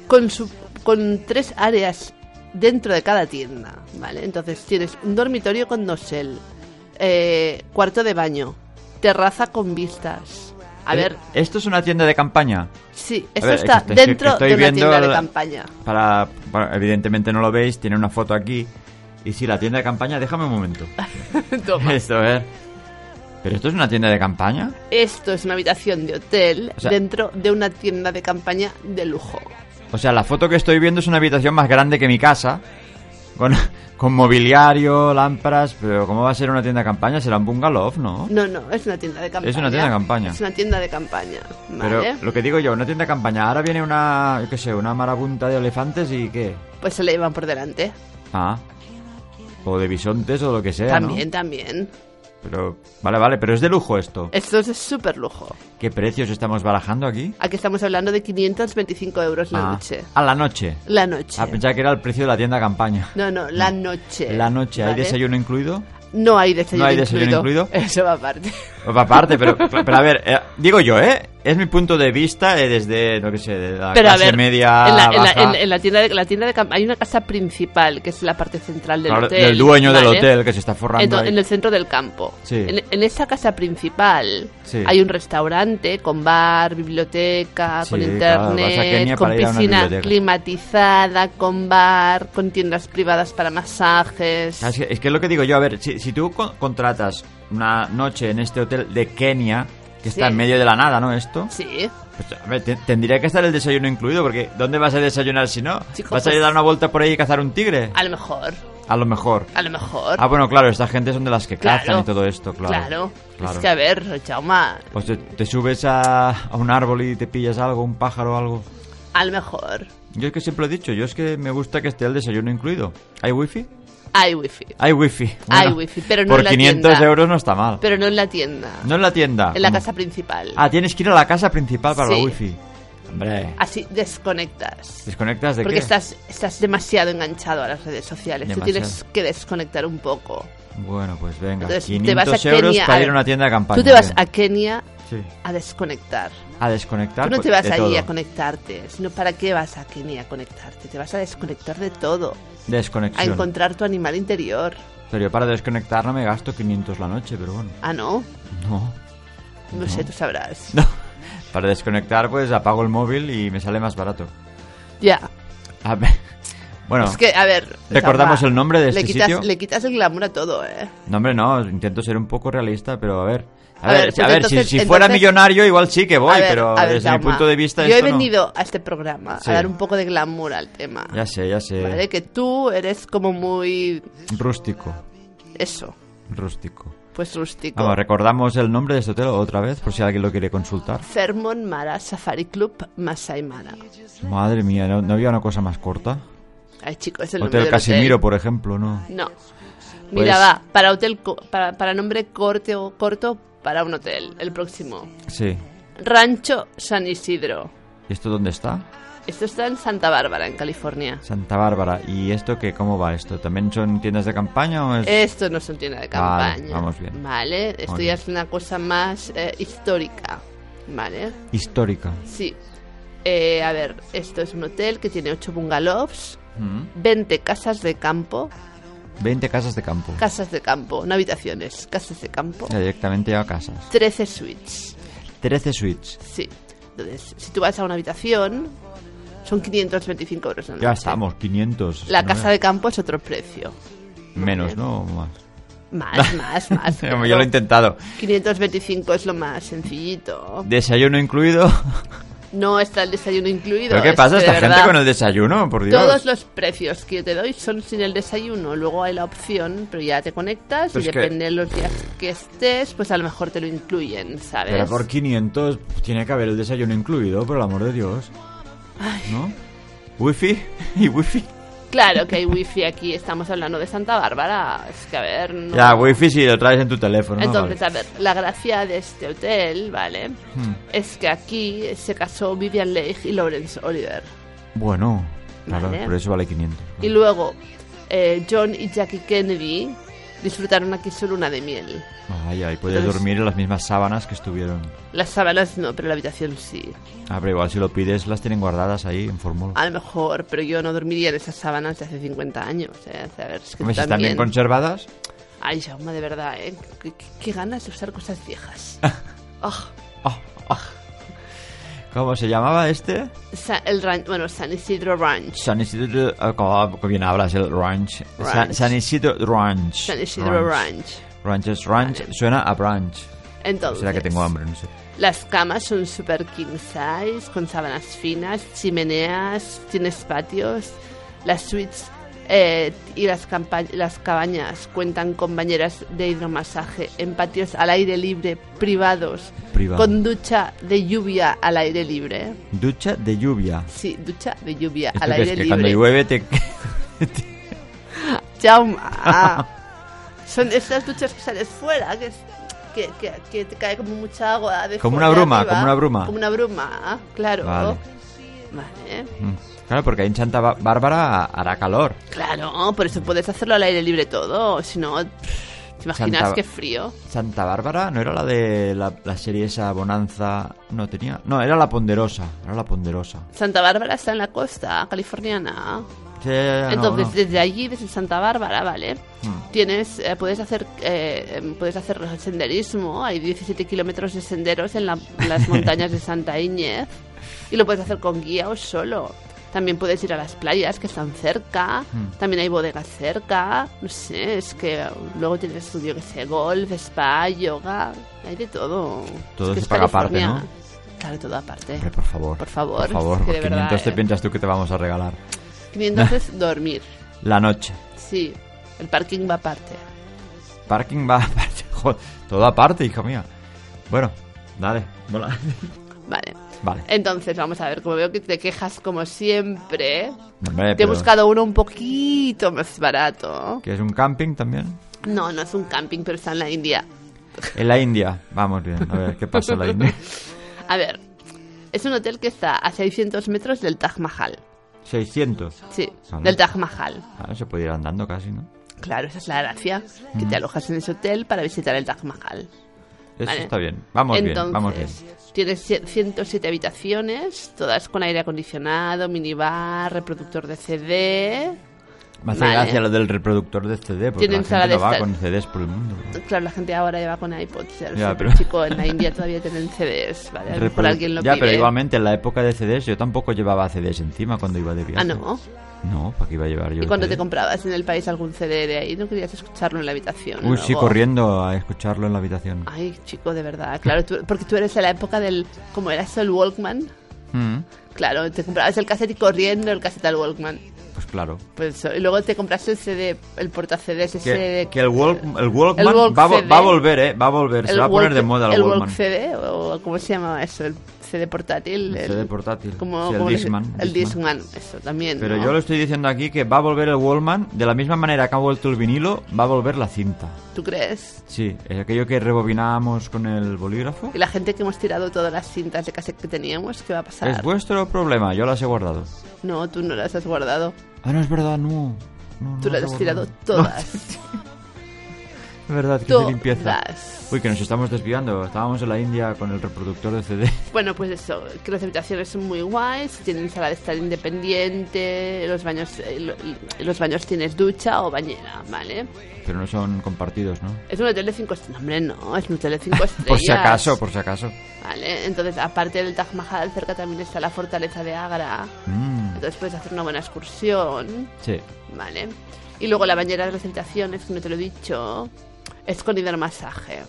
Speaker 5: con, su- con tres áreas dentro de cada tienda, ¿vale? Entonces tienes un dormitorio con dosel, eh, cuarto de baño, terraza con vistas. A
Speaker 1: Eh,
Speaker 5: ver,
Speaker 1: Esto es una tienda de campaña.
Speaker 5: sí,
Speaker 1: a
Speaker 5: esto
Speaker 1: ver,
Speaker 5: está
Speaker 1: es que- es que
Speaker 5: dentro
Speaker 1: estoy
Speaker 5: de una
Speaker 1: viendo
Speaker 5: tienda de
Speaker 1: la-
Speaker 5: campaña. [laughs]
Speaker 1: Para, bueno, evidentemente no lo veis, tiene una foto aquí. Y si la tienda de campaña, déjame un momento. [laughs]
Speaker 5: Toma.
Speaker 1: Esto, a ver. Pero esto es una tienda de campaña.
Speaker 5: Esto es una habitación de hotel
Speaker 1: O sea-
Speaker 5: dentro de una tienda de campaña de lujo.
Speaker 1: O sea, la foto que estoy viendo es una habitación más grande que mi casa. Con, [laughs] con mobiliario, lámparas. Pero ¿cómo va a ser una tienda de campaña? Será un bungalow, ¿no?
Speaker 5: No, no, es una tienda de campaña.
Speaker 1: Es una tienda de campaña.
Speaker 5: Es una tienda de campaña.
Speaker 1: Pero
Speaker 5: Vale.
Speaker 1: lo que digo yo, una tienda de campaña. Ahora viene una, yo qué sé, una marabunta de elefantes y qué.
Speaker 5: Pues se le llevan por delante.
Speaker 1: Ah. O de bisontes o lo que sea. ¿no?
Speaker 5: también, también.
Speaker 1: Pero, vale, vale, pero es de lujo esto.
Speaker 5: Esto es súper lujo.
Speaker 1: ¿Qué precios estamos barajando aquí?
Speaker 5: Aquí estamos hablando de 525 euros la
Speaker 1: Ah,
Speaker 5: noche.
Speaker 1: A la noche.
Speaker 5: La noche.
Speaker 1: A pensar que era el precio de la tienda de campaña.
Speaker 5: No, no, la noche.
Speaker 1: La noche, ¿hay
Speaker 5: ¿vale?
Speaker 1: desayuno incluido?
Speaker 5: No hay desayuno,
Speaker 1: ¿No hay desayuno incluido?
Speaker 5: [laughs] Eso va aparte.
Speaker 1: Pues aparte,
Speaker 5: [laughs]
Speaker 1: pero, pero a ver, eh, digo yo, ¿eh? Es mi punto de vista eh, desde, no que sé, de la
Speaker 5: Pero a
Speaker 1: clase
Speaker 5: ver,
Speaker 1: media
Speaker 5: en, la, en la-
Speaker 1: baja.
Speaker 5: en- en la tienda de, la tienda de camp- hay una casa principal que es la parte central del
Speaker 1: Claro,
Speaker 5: hotel.
Speaker 1: del dueño del
Speaker 5: ¿vale?
Speaker 1: hotel que se está forrando
Speaker 5: Ento-
Speaker 1: ahí.
Speaker 5: en el centro del campo.
Speaker 1: Sí.
Speaker 5: En, en esa casa principal
Speaker 1: Sí.
Speaker 5: hay un restaurante con bar, biblioteca,
Speaker 1: Sí,
Speaker 5: con
Speaker 1: claro, vas a
Speaker 5: internet,
Speaker 1: Kenia
Speaker 5: con
Speaker 1: para ir a una
Speaker 5: piscina
Speaker 1: biblioteca.
Speaker 5: climatizada, con bar, con tiendas privadas para masajes.
Speaker 1: Ah, Es que, es que es lo que digo yo, a ver, si, si tú con- contratas una noche en este hotel de Kenia, que está
Speaker 5: Sí.
Speaker 1: en medio de la nada, ¿no? Esto.
Speaker 5: Sí.
Speaker 1: Pues, a ver, te- tendría que estar el desayuno incluido, porque ¿dónde vas a desayunar si no?
Speaker 5: Chico,
Speaker 1: ¿Vas a ir a
Speaker 5: pues- Ah.
Speaker 1: dar una vuelta por ahí y cazar un tigre?
Speaker 5: A lo mejor,
Speaker 1: A lo mejor.
Speaker 5: a lo mejor.
Speaker 1: Ah, bueno, claro, esta gente son de las que
Speaker 5: Claro.
Speaker 1: cazan y todo esto, claro.
Speaker 5: Claro.
Speaker 1: Claro.
Speaker 5: Es que a ver, Chauma,
Speaker 1: Pues te, te subes a, a un árbol y te pillas algo, un pájaro o algo.
Speaker 5: a lo mejor.
Speaker 1: Yo es que siempre lo he dicho, yo es que me gusta que esté el desayuno incluido. ¿Hay wifi?
Speaker 5: Hay wifi.
Speaker 1: Hay wifi.
Speaker 5: Hay wifi, pero no
Speaker 1: Por
Speaker 5: en la
Speaker 1: 500
Speaker 5: tienda.
Speaker 1: euros no está mal.
Speaker 5: Pero no en la tienda.
Speaker 1: No en la tienda.
Speaker 5: en la
Speaker 1: ¿Cómo?
Speaker 5: casa principal.
Speaker 1: Ah, tienes que ir a la casa principal para
Speaker 5: Sí.
Speaker 1: la wifi. Hombre,
Speaker 5: Así desconectas.
Speaker 1: ¿desconectas de
Speaker 5: Porque
Speaker 1: qué?
Speaker 5: estás, estás demasiado enganchado a las redes sociales. Tú
Speaker 1: Demasiado.
Speaker 5: tienes que desconectar un poco.
Speaker 1: Bueno, pues venga,
Speaker 5: Entonces
Speaker 1: 500
Speaker 5: te vas a Kenia.
Speaker 1: euros para ir a
Speaker 5: ver,
Speaker 1: una tienda de campaña.
Speaker 5: Tú te vas
Speaker 1: bien.
Speaker 5: a Kenia
Speaker 1: Sí.
Speaker 5: a desconectar.
Speaker 1: A desconectar.
Speaker 5: Tú no
Speaker 1: pues,
Speaker 5: te vas
Speaker 1: de
Speaker 5: allí
Speaker 1: todo.
Speaker 5: a conectarte, sino para qué vas a Kenia a conectarte. Te vas a desconectar de todo, a
Speaker 1: Desconexión.
Speaker 5: encontrar tu animal interior.
Speaker 1: Pero yo para desconectar no me gasto 500 la noche, pero bueno.
Speaker 5: Ah, no,
Speaker 1: No. [laughs]
Speaker 5: no, sé, tú sabrás.
Speaker 1: No. Para desconectar, pues apago el móvil y me sale más barato.
Speaker 5: Ya,
Speaker 1: A ver. [laughs] Bueno,
Speaker 5: es que, a ver.
Speaker 1: ¿Recordamos
Speaker 5: Rafa,
Speaker 1: el nombre de
Speaker 5: le
Speaker 1: este
Speaker 5: quitas,
Speaker 1: sitio?
Speaker 5: Le quitas el glamour a todo, ¿eh?
Speaker 1: no, hombre, no, intento ser un poco realista, pero a ver. A,
Speaker 5: A
Speaker 1: ver,
Speaker 5: ver,
Speaker 1: si- a
Speaker 5: pues
Speaker 1: ver, si-
Speaker 5: entonces-
Speaker 1: si, fuera
Speaker 5: entonces-
Speaker 1: millonario igual sí que voy,
Speaker 5: A ver,
Speaker 1: pero
Speaker 5: a ver,
Speaker 1: desde mi
Speaker 5: Jaume,
Speaker 1: punto de vista
Speaker 5: Yo he
Speaker 1: esto no.
Speaker 5: venido a este programa
Speaker 1: Sí.
Speaker 5: a dar un poco de glamour al tema.
Speaker 1: Ya sé, ya sé.
Speaker 5: ¿Vale? Que tú eres como muy.
Speaker 1: Rústico,
Speaker 5: Eso,
Speaker 1: rústico.
Speaker 5: pues rústico.
Speaker 1: Vamos, Ah, recordamos el nombre de este hotel otra vez, por si alguien lo quiere consultar.
Speaker 5: Fermon Mara Safari Club Masai Mara.
Speaker 1: Madre mía, ¿no, no había una cosa más corta?
Speaker 5: Ay, chicos, es el nombre
Speaker 1: Hotel
Speaker 5: del
Speaker 1: Casimiro,
Speaker 5: hotel.
Speaker 1: por ejemplo, ¿no?
Speaker 5: No. Mira,
Speaker 1: Pues-
Speaker 5: va, para hotel co- para, para nombre corto, corto para un hotel, el próximo.
Speaker 1: Sí.
Speaker 5: Rancho San Isidro.
Speaker 1: ¿Y esto dónde está?
Speaker 5: Esto está en Santa Bárbara, en California.
Speaker 1: Santa Bárbara. ¿Y esto qué? ¿Cómo va esto? ¿También son tiendas de campaña o es...?
Speaker 5: Esto no son tienda de
Speaker 1: Vale,
Speaker 5: campaña.
Speaker 1: vamos bien.
Speaker 5: Vale, esto
Speaker 1: Muy
Speaker 5: ya
Speaker 1: bien.
Speaker 5: es una cosa más eh, histórica. Vale,
Speaker 1: Histórica.
Speaker 5: sí. Eh, a ver, esto es un hotel que tiene 8 bungalows,
Speaker 1: Mm.
Speaker 5: 20 casas de campo,
Speaker 1: 20 casas de campo.
Speaker 5: casas de campo, no habitaciones, casas de campo,
Speaker 1: Ya directamente ya a casas.
Speaker 5: 13 suites.
Speaker 1: 13 suites.
Speaker 5: Sí. Entonces, si tú vas a una habitación, son 525 euros. la
Speaker 1: Ya
Speaker 5: noche.
Speaker 1: estamos, 500.
Speaker 5: La
Speaker 1: No
Speaker 5: casa
Speaker 1: me-
Speaker 5: de campo es otro precio.
Speaker 1: Menos, ¿no? O
Speaker 5: [laughs]
Speaker 1: Más. [laughs]
Speaker 5: Más, más, más.
Speaker 1: Yo lo he intentado.
Speaker 5: 525 es lo más sencillito.
Speaker 1: Desayuno
Speaker 5: [laughs]
Speaker 1: incluido.
Speaker 5: No está el desayuno incluido.
Speaker 1: ¿Pero qué
Speaker 5: es
Speaker 1: pasa
Speaker 5: que de
Speaker 1: esta gente
Speaker 5: verdad,
Speaker 1: con el desayuno? Por Dios.
Speaker 5: Todos los precios que yo te doy son sin el desayuno. Luego hay la opción, pero ya te conectas
Speaker 1: Pero
Speaker 5: y
Speaker 1: es que-
Speaker 5: depende de los días que estés, pues a lo mejor te lo incluyen, ¿sabes?
Speaker 1: Pero por 500 tiene que haber el desayuno incluido, por el amor de Dios. ¿No? Wifi [laughs] y wifi.
Speaker 5: Claro que hay wifi aquí, estamos hablando de Santa Bárbara. Es que a ver, no-
Speaker 1: Ya, wifi si lo traes en tu teléfono. ¿no?
Speaker 5: Entonces,
Speaker 1: Vale. Hmm.
Speaker 5: a ver, la gracia de este hotel, ¿vale? Es que aquí se casó Vivian Leigh y Lawrence Oliver.
Speaker 1: Bueno, claro,
Speaker 5: Vale.
Speaker 1: por eso vale 500.
Speaker 5: Y luego, eh, John y Jackie Kennedy disfrutaron aquí su luna de miel.
Speaker 1: Ay, ay, puedes
Speaker 5: Entonces-
Speaker 1: dormir en las mismas sábanas que estuvieron.
Speaker 5: Las sábanas no, pero la habitación sí.
Speaker 1: Ah, pero igual si lo pides las tienen guardadas ahí en fórmula.
Speaker 5: A lo mejor, pero yo no dormiría en esas sábanas de hace 50 años. ¿eh? O sea, a ver, es que
Speaker 1: Hombre, si están bien
Speaker 5: también...
Speaker 1: conservadas.
Speaker 5: Ay, Jaume, de verdad, ¿eh? Qué, qué- qué ganas de usar cosas
Speaker 1: [laughs]
Speaker 5: viejas. Ah,
Speaker 1: Ah, ah. ¿Cómo se llamaba este?
Speaker 5: Sa- el ran- bueno, San Isidro Ranch.
Speaker 1: San Isidro... ah, ¿Cómo cómo bien hablas el ranch? San,
Speaker 5: Ranch.
Speaker 1: San Isidro Ranch.
Speaker 5: San Isidro Ranch.
Speaker 1: Ranches Ranch.
Speaker 5: Vale.
Speaker 1: Suena a branch.
Speaker 5: Entonces...
Speaker 1: Pues Será que tengo hambre, no sé.
Speaker 5: Las camas son super king size, con sábanas finas, chimeneas, tienes patios. Las suites eh, y las, campa- las cabañas cuentan con bañeras de hidromasaje en patios al aire libre, privados,
Speaker 1: Privado.
Speaker 5: con ducha de lluvia al aire libre.
Speaker 1: Ducha de lluvia.
Speaker 5: Sí, ducha de lluvia
Speaker 1: Esto
Speaker 5: al
Speaker 1: que es
Speaker 5: aire
Speaker 1: que cuando
Speaker 5: libre.
Speaker 1: llueve te... [laughs]
Speaker 5: Jaume,
Speaker 1: [laughs]
Speaker 5: ah. son estas duchas que sales fuera, que es- Que, que- que te cae como mucha agua de
Speaker 1: Como
Speaker 5: fuera
Speaker 1: una bruma,
Speaker 5: arriba.
Speaker 1: como una bruma.
Speaker 5: Como una bruma, ah, claro.
Speaker 1: Vale.
Speaker 5: Vale.
Speaker 1: Mm. Claro, porque ahí en Santa Ba- Bárbara hará calor.
Speaker 5: Claro, por eso puedes hacerlo al aire libre todo. Si no, pff, ¿te imaginas
Speaker 1: Santa-
Speaker 5: qué frío?
Speaker 1: Santa Bárbara no era la de la, la serie esa Bonanza. No tenía. No, era la Ponderosa. Era la Ponderosa.
Speaker 5: Santa Bárbara está en la costa californiana.
Speaker 1: Sí, ya, ya, Ah, no,
Speaker 5: Entonces,
Speaker 1: no. Mm.
Speaker 5: desde allí, desde Santa Bárbara, ¿vale? Tienes, eh, puedes hacer eh, em, puedes hacer senderismo. Hay 17 kilómetros de senderos en la-
Speaker 1: [laughs]
Speaker 5: en las montañas de Santa Iñez. Y lo puedes hacer con guía o solo. También puedes ir a las playas que están cerca.
Speaker 1: Mm.
Speaker 5: También hay bodegas cerca. No sé, es que luego tienes estudio, que sé, golf, spa, yoga. Hay de todo.
Speaker 1: Todo
Speaker 5: Es que
Speaker 1: se
Speaker 5: es
Speaker 1: paga aparte,
Speaker 5: California.
Speaker 1: ¿no?
Speaker 5: Claro, todo aparte.
Speaker 1: Hombre, por favor.
Speaker 5: Por favor,
Speaker 1: Por favor,
Speaker 5: es que
Speaker 1: por
Speaker 5: de verdad,
Speaker 1: 500 te
Speaker 5: eh.
Speaker 1: piensas tú que te vamos a regalar.
Speaker 5: Y
Speaker 1: [laughs]
Speaker 5: entonces, dormir.
Speaker 1: La noche.
Speaker 5: Sí, el parking va aparte.
Speaker 1: [laughs]
Speaker 5: [laughs]
Speaker 1: Parking va aparte. Joder, todo aparte, hija mía. Bueno, dale. mola.
Speaker 5: Vale.
Speaker 1: Vale.
Speaker 5: Entonces, vamos a ver, como veo que te quejas como siempre,
Speaker 1: Hombre,
Speaker 5: Eh, te he
Speaker 1: pero-
Speaker 5: buscado uno un poquito más barato.
Speaker 1: ¿Que es un camping también?
Speaker 5: No, no es un camping, pero está en la India.
Speaker 1: En la India. Vamos bien, a ver qué pasa en la
Speaker 5: [laughs]
Speaker 1: India.
Speaker 5: A ver, es un hotel que está a 600 metros del Taj Mahal.
Speaker 1: 600.
Speaker 5: Sí,
Speaker 1: Vale.
Speaker 5: del Taj Mahal.
Speaker 1: Ah, se puede ir andando casi, ¿no?
Speaker 5: Claro, esa es la gracia, que te alojas en ese hotel para visitar el Taj Mahal.
Speaker 1: Eso
Speaker 5: Vale.
Speaker 1: está bien. Vamos bien, vamos bien.
Speaker 5: Tienes cie- 107 habitaciones, todas con aire acondicionado, minibar, reproductor de CD.
Speaker 1: Me hace
Speaker 5: Vale.
Speaker 1: gracia lo del reproductor de CD, porque
Speaker 5: Tienen
Speaker 1: la
Speaker 5: sala
Speaker 1: gente
Speaker 5: de
Speaker 1: no va
Speaker 5: estar.
Speaker 1: con CDs por el mundo. ¿no?
Speaker 5: Claro, la gente ahora lleva con iPods. ya lo
Speaker 1: Ya,
Speaker 5: sé,
Speaker 1: pero-
Speaker 5: chico, en la India todavía tienen CDs, ¿vale? A lo mejor
Speaker 1: Reprodu-
Speaker 5: alguien lo
Speaker 1: ya,
Speaker 5: pide.
Speaker 1: pero igualmente en la época de CDs yo tampoco llevaba CDs encima cuando iba de viaje.
Speaker 5: Ah, ¿no?
Speaker 1: No, ¿para qué iba a llevar yo?
Speaker 5: Y cuando te
Speaker 1: CD?
Speaker 5: comprabas en el país algún CD de ahí, no querías escucharlo en la habitación.
Speaker 1: Uy,
Speaker 5: o
Speaker 1: sí,
Speaker 5: algo? Ah.
Speaker 1: corriendo a escucharlo en la habitación.
Speaker 5: Ay, chico, de verdad. Claro, tú- porque tú eres de la época del... Como eras el Walkman.
Speaker 1: Mm,
Speaker 5: Claro, te comprabas el cassette y corriendo el cassette al Walkman.
Speaker 1: pues claro.
Speaker 5: Pues eso, y luego te compraste el CD, el portaCDs ese
Speaker 1: Que,
Speaker 5: de-
Speaker 1: que el, walk- el Walkman
Speaker 5: el Walk
Speaker 1: va, a vo-
Speaker 5: CD.
Speaker 1: va a volver, ¿eh? Va a volver. Se
Speaker 5: el
Speaker 1: va a poner
Speaker 5: Walk-
Speaker 1: de moda el,
Speaker 5: el
Speaker 1: Walkman.
Speaker 5: Walk CD, o cómo se llamaba eso, el CD portátil.
Speaker 1: El CD portátil,
Speaker 5: Como,
Speaker 1: sí, el
Speaker 5: como le-
Speaker 1: Discman,
Speaker 5: El
Speaker 1: Discman.
Speaker 5: Discman, eso también.
Speaker 1: Pero
Speaker 5: ¿no?
Speaker 1: yo lo estoy diciendo aquí que va a volver el Wallman de la misma manera que ha vuelto el vinilo, va a volver la cinta.
Speaker 5: ¿Tú crees?
Speaker 1: Sí, es aquello que rebobinábamos con el bolígrafo.
Speaker 5: Y la gente que hemos tirado todas las cintas de cassette que teníamos, ¿qué va a pasar?
Speaker 1: Es vuestro problema, yo las he guardado.
Speaker 5: No, tú no las has guardado.
Speaker 1: Ah, no es verdad, no. No, no
Speaker 5: Tú las
Speaker 1: he
Speaker 5: has tirado
Speaker 1: guardado.
Speaker 5: todas.
Speaker 1: Es verdad, que se
Speaker 5: Todas.
Speaker 1: limpieza. Uy, que nos estamos desviando. Estábamos en la India con el reproductor de CD.
Speaker 5: [laughs] Bueno, pues eso, que las habitaciones son muy guays, tienen sala de estar independiente, los baños, eh, lo- en los baños tienes ducha o bañera, ¿vale?
Speaker 1: [laughs] Pero no son compartidos, ¿no?
Speaker 5: Es un hotel de 5 estrellas. Hombre, no, es un hotel de 5 estrellas.
Speaker 1: [laughs] Por si acaso, por si acaso.
Speaker 5: Vale, entonces aparte del Taj Mahal, cerca también está la fortaleza de Agra.
Speaker 1: Mm,
Speaker 5: Entonces puedes hacer una buena excursión,
Speaker 1: sí.
Speaker 5: ¿vale? Y luego la bañera de las habitaciones, que no te lo he dicho, es con hidromasaje,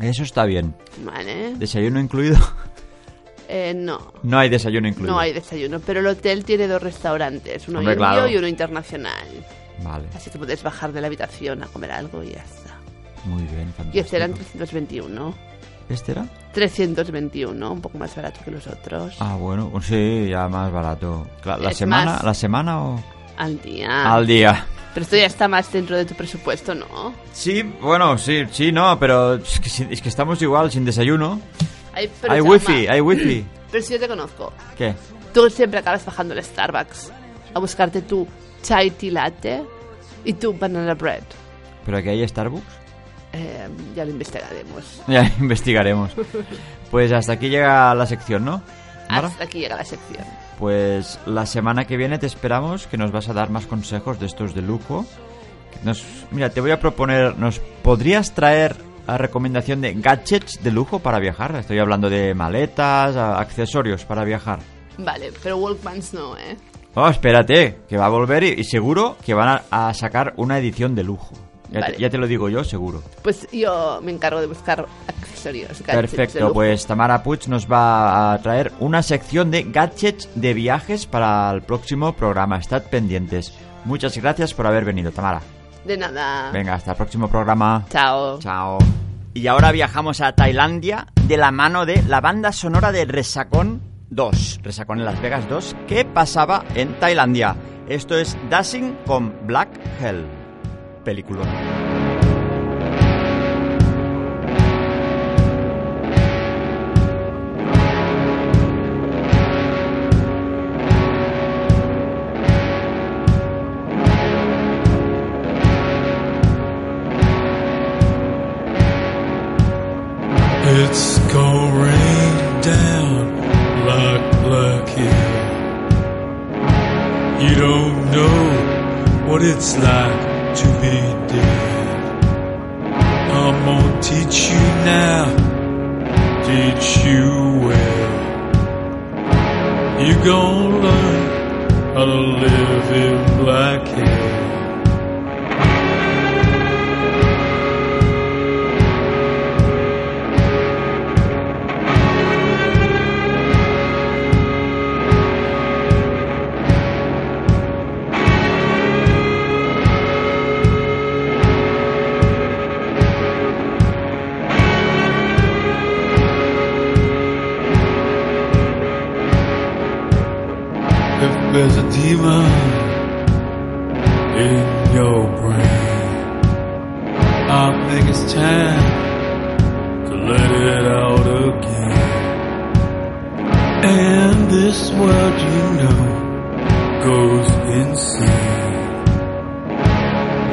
Speaker 1: Eso está bien.
Speaker 5: ¿vale?
Speaker 1: ¿Desayuno incluido? [laughs]
Speaker 5: Eh, no,
Speaker 1: No hay desayuno incluido.
Speaker 5: no hay desayuno, pero el hotel tiene dos restaurantes, uno
Speaker 1: Hombre,
Speaker 5: indio
Speaker 1: claro.
Speaker 5: y uno internacional.
Speaker 1: Vale,
Speaker 5: Así que puedes bajar de la habitación a comer algo y ya está.
Speaker 1: muy bien, fantástico.
Speaker 5: Y este eran 321.
Speaker 1: ¿Este era?
Speaker 5: 321, un poco más barato que los otros.
Speaker 1: Ah, bueno, pues sí, ya más barato. Cla- ¿La
Speaker 5: Es
Speaker 1: semana?
Speaker 5: más- Ah.
Speaker 1: ¿La semana o...?
Speaker 5: Al día.
Speaker 1: Al día.
Speaker 5: Pero esto ya está más dentro de tu presupuesto, ¿no?
Speaker 1: Sí, bueno, sí, sí, no, pero es que, si- es que estamos igual, sin desayuno.
Speaker 5: Ay, pero
Speaker 1: hay
Speaker 5: Chama,
Speaker 1: wifi, hay wifi.
Speaker 5: Pero si yo te conozco,
Speaker 1: ¿Qué?
Speaker 5: tú siempre acabas bajando al Starbucks a buscarte tu chai tea latte y tu banana bread.
Speaker 1: ¿Pero aquí hay Starbucks? [laughs]
Speaker 5: Eh, ya lo investigaremos.
Speaker 1: Ya investigaremos. Pues hasta aquí llega la sección, ¿no? Mara?
Speaker 5: Hasta aquí llega la sección.
Speaker 1: Pues la semana que viene te esperamos que nos vas a dar más consejos de estos de lujo. Nos, mira, te voy a proponer, ¿nos podrías traer la recomendación de gadgets de lujo para viajar? Estoy hablando de maletas, a- accesorios para viajar.
Speaker 5: Vale, pero Walkmans no, ¿eh?
Speaker 1: Oh, espérate, que va a volver y, y seguro que van a, a sacar una edición de lujo. Ya,
Speaker 5: Vale.
Speaker 1: te, ya te lo digo yo, seguro.
Speaker 5: Pues yo me encargo de buscar accesorios. gadgets de
Speaker 1: Perfecto,
Speaker 5: lujo.
Speaker 1: pues Tamara Puig nos va a traer una sección de gadgets de viajes para el próximo programa. Estad pendientes. Muchas gracias por haber venido, Tamara.
Speaker 5: De nada.
Speaker 1: Venga, hasta el próximo programa.
Speaker 5: Chao.
Speaker 1: Chao. Y ahora viajamos a Tailandia de la mano de la banda sonora de Resacón 2. Resacón en Las Vegas 2. ¿Qué pasaba en Tailandia? Esto es Dashing con Black Hell. Película.
Speaker 8: It's gonna rain down like black hair. You don't know what it's like to be dead. I'm gonna teach you now, teach you well. You gonna learn how to live in black hair. goes insane.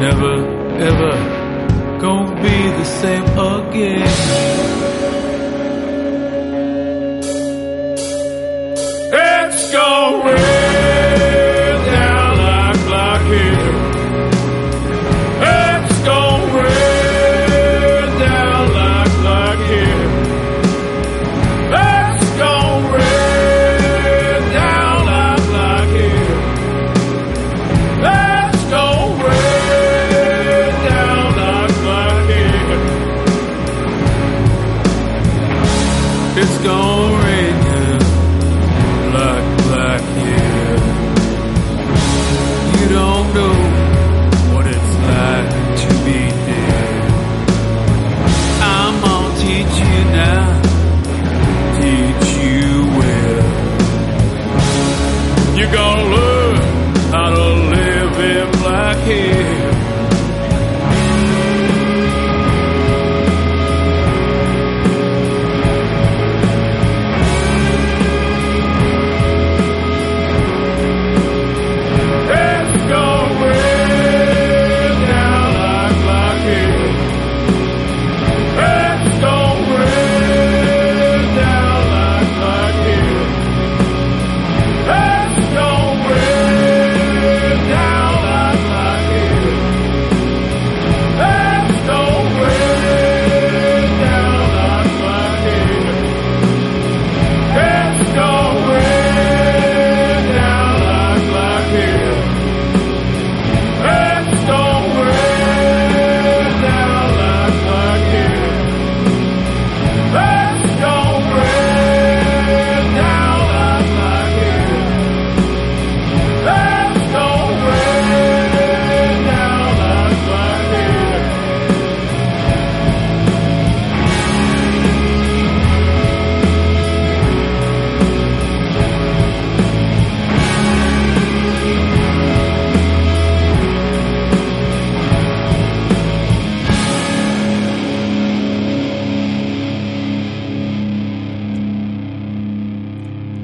Speaker 8: Never, ever gonna be the same again. It's gonna rain down like blockade. It's gonna rain down like blockade. It's gonna rain down like blockade. It's gonna rain down like blockade. It's gonna rain down black, black year. You don't know what it's like to be dead. I'm gonna teach you now, teach you well. You're gonna learn how to live in black hair. It's gonna rain down like blockade. It's gonna rain down like blockade. It's gonna rain down like blockade. It's gonna rain down like blockade. It's gonna rain down like blockade. It's gonna rain down like blockade. It's gonna rain down like blockade. It's gonna rain down like blockade.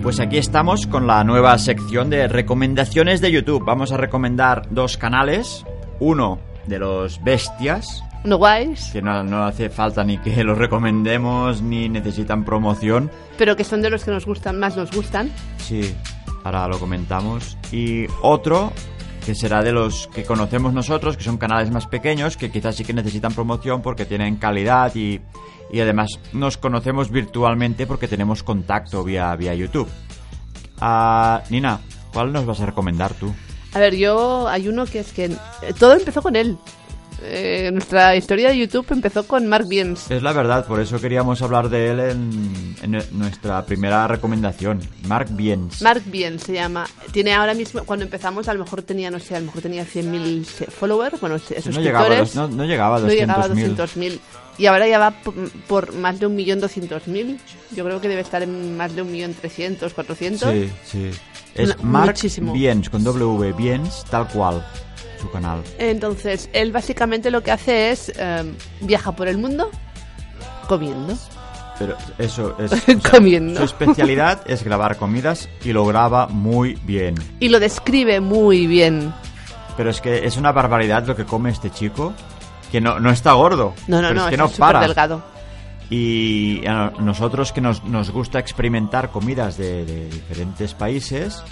Speaker 1: Pues aquí estamos con la nueva sección de recomendaciones de YouTube. Vamos a recomendar dos canales. Uno de los bestias,
Speaker 5: No guays,
Speaker 1: que no, no hace falta ni que los recomendemos ni necesitan promoción.
Speaker 5: pero que son de los que nos gustan, más nos gustan.
Speaker 1: Sí, ahora lo comentamos. Y otro que será de los que conocemos nosotros, que son canales más pequeños, que quizás sí que necesitan promoción porque tienen calidad y, y además nos conocemos virtualmente porque tenemos contacto vía, vía YouTube. Ah, Nina, ¿cuál nos vas a recomendar tú?
Speaker 5: A ver, yo hay uno que es que eh, todo empezó con él. Eh, nuestra historia de YouTube empezó con Mark Biens.
Speaker 1: Es la verdad, por eso queríamos hablar de él en, en nuestra primera recomendación. Mark Biens.
Speaker 5: Mark Biens se llama. Tiene ahora mismo, cuando empezamos, a lo mejor tenía, no sé, a lo mejor tenía 100.000 se- followers, bueno, se-
Speaker 1: no, llegaba a
Speaker 5: suscriptores.
Speaker 1: dos- no, no llegaba a
Speaker 5: No llegaba a
Speaker 1: 200.000.
Speaker 5: 200.000. Y ahora ya va p- por más de 1.200.000. Yo creo que debe estar en más de 1.300.000, 400.
Speaker 1: Sí, sí. Es
Speaker 5: Una-
Speaker 1: Mark
Speaker 5: muchísimo.
Speaker 1: Biens, con W, Biens, tal cual, su canal.
Speaker 5: Entonces, él básicamente lo que hace es eh, viaja por el mundo comiendo.
Speaker 1: Pero eso es... o
Speaker 5: [laughs] Comiendo.
Speaker 1: Su especialidad es grabar comidas y lo graba muy bien.
Speaker 5: Y lo describe muy bien.
Speaker 1: Pero es que es una barbaridad lo que come este chico, que no, no está gordo.
Speaker 5: No, no,
Speaker 1: pero
Speaker 5: no,
Speaker 1: es que
Speaker 5: es
Speaker 1: no
Speaker 5: súper
Speaker 1: para.
Speaker 5: delgado.
Speaker 1: Y a nosotros que nos, nos gusta experimentar comidas de, de diferentes países... es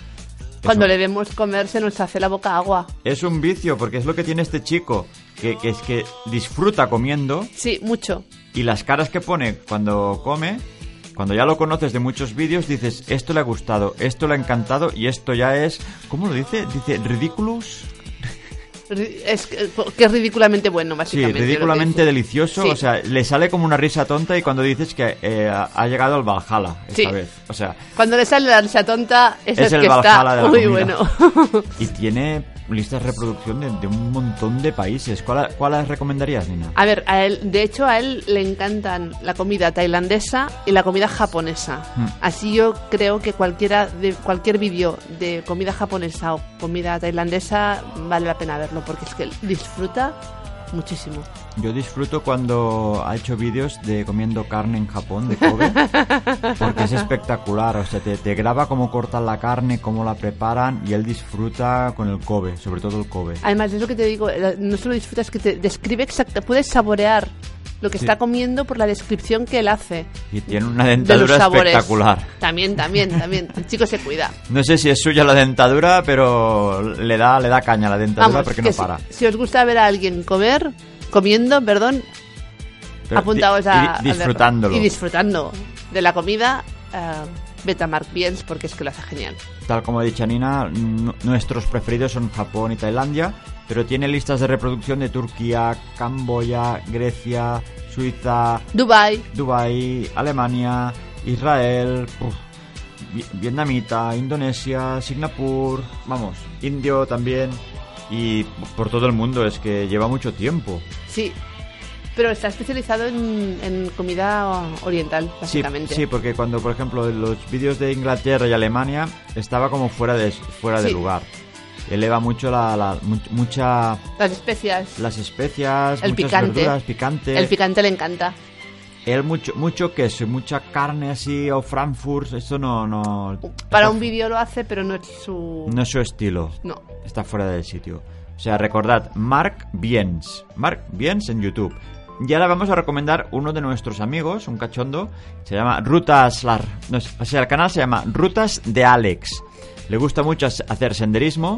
Speaker 5: Cuando
Speaker 1: un-
Speaker 5: le vemos comer se nos hace la boca agua.
Speaker 1: Es un vicio, porque es lo que tiene este chico, que, que es que disfruta comiendo
Speaker 5: Sí, mucho.
Speaker 1: Y las caras que pone cuando come, cuando ya lo conoces de muchos vídeos, dices, esto le ha gustado, esto le ha encantado y esto ya es, ¿cómo lo dice? Dice, ridículos.
Speaker 5: Ri- Es que que es ridículamente bueno,
Speaker 1: Sí,
Speaker 5: básicamente.
Speaker 1: ridículamente
Speaker 5: lo que dice.
Speaker 1: delicioso.
Speaker 5: Sí.
Speaker 1: O sea, le sale como una risa tonta y cuando dices que eh, ha llegado al Valhalla esta
Speaker 5: Sí.
Speaker 1: vez. O sea,
Speaker 5: Cuando le sale la risa tonta, es,
Speaker 1: es
Speaker 5: el
Speaker 1: el
Speaker 5: que
Speaker 1: Valhalla
Speaker 5: está
Speaker 1: de la
Speaker 5: muy
Speaker 1: comida.
Speaker 5: bueno. [laughs]
Speaker 1: y tiene listas de reproducción de, de un montón de países. ¿Cuál, cuál recomendarías, Nina?
Speaker 5: A ver, a él, de hecho a él le encantan la comida tailandesa y la comida japonesa.
Speaker 1: Hmm.
Speaker 5: Así yo creo que cualquiera de cualquier vídeo de comida japonesa o comida tailandesa vale la pena verlo porque es que él disfruta Muchísimo.
Speaker 1: Yo disfruto cuando ha hecho vídeos de comiendo carne en Japón, de Kobe, porque es espectacular. O sea, te, te graba cómo cortan la carne, cómo la preparan y él disfruta con el Kobe, sobre todo el Kobe.
Speaker 5: Además, es lo que te digo, la- no solo disfrutas, que te describe exacta, puedes saborear lo que está comiendo por la descripción que él hace
Speaker 1: Y tiene una
Speaker 5: de los
Speaker 1: dentadura
Speaker 5: sabores.
Speaker 1: espectacular.
Speaker 5: También, también,
Speaker 1: [laughs]
Speaker 5: también. El chico se cuida.
Speaker 1: No sé si es suya la dentadura, pero le da, le da caña a la dentadura
Speaker 5: Vamos,
Speaker 1: porque
Speaker 5: que
Speaker 1: no
Speaker 5: si-
Speaker 1: para.
Speaker 5: Si, os gusta ver a alguien comer, comiendo, perdón,
Speaker 1: Pero
Speaker 5: apuntaos
Speaker 1: di-
Speaker 5: a...
Speaker 1: y
Speaker 5: a verlo.
Speaker 1: disfrutándolo.
Speaker 5: Y disfrutando de la comida, eh, vete a Mark Biens porque es que lo hace genial.
Speaker 1: Tal como ha dicho Nina, n- nuestros preferidos son Japón y Tailandia, pero tiene listas de reproducción de Turquía, Camboya, Grecia, Suiza,
Speaker 5: Dubai
Speaker 1: Dubái, Alemania, Israel, puf, vi- vietnamita, Indonesia, Singapur, vamos, indio también y por todo el mundo, es que lleva mucho tiempo.
Speaker 5: sí. Pero está especializado en, en comida oriental,
Speaker 1: Sí,
Speaker 5: básicamente.
Speaker 1: sí, porque cuando, por ejemplo, en los vídeos de Inglaterra y Alemania estaba como fuera de, fuera de
Speaker 5: Sí.
Speaker 1: lugar. Eleva mucho la, la- mu- mucha
Speaker 5: Las especias.
Speaker 1: las especias,
Speaker 5: El
Speaker 1: muchas
Speaker 5: picante.
Speaker 1: verduras, picante.
Speaker 5: El picante le encanta.
Speaker 1: Él mucho, mucho queso, y mucha carne así o Frankfurt, esto no, no.
Speaker 5: Para
Speaker 1: está-
Speaker 5: un vídeo lo hace, pero no es su...
Speaker 1: No es su estilo.
Speaker 5: No.
Speaker 1: Está fuera del sitio. O sea, recordad, Mark Biens. Mark Biens en YouTube. Y ahora vamos a recomendar uno de nuestros amigos, un cachondo, se llama Rutas Lar. No, es- o sea, el canal se llama Rutas de Alex. Le gusta mucho as- hacer senderismo.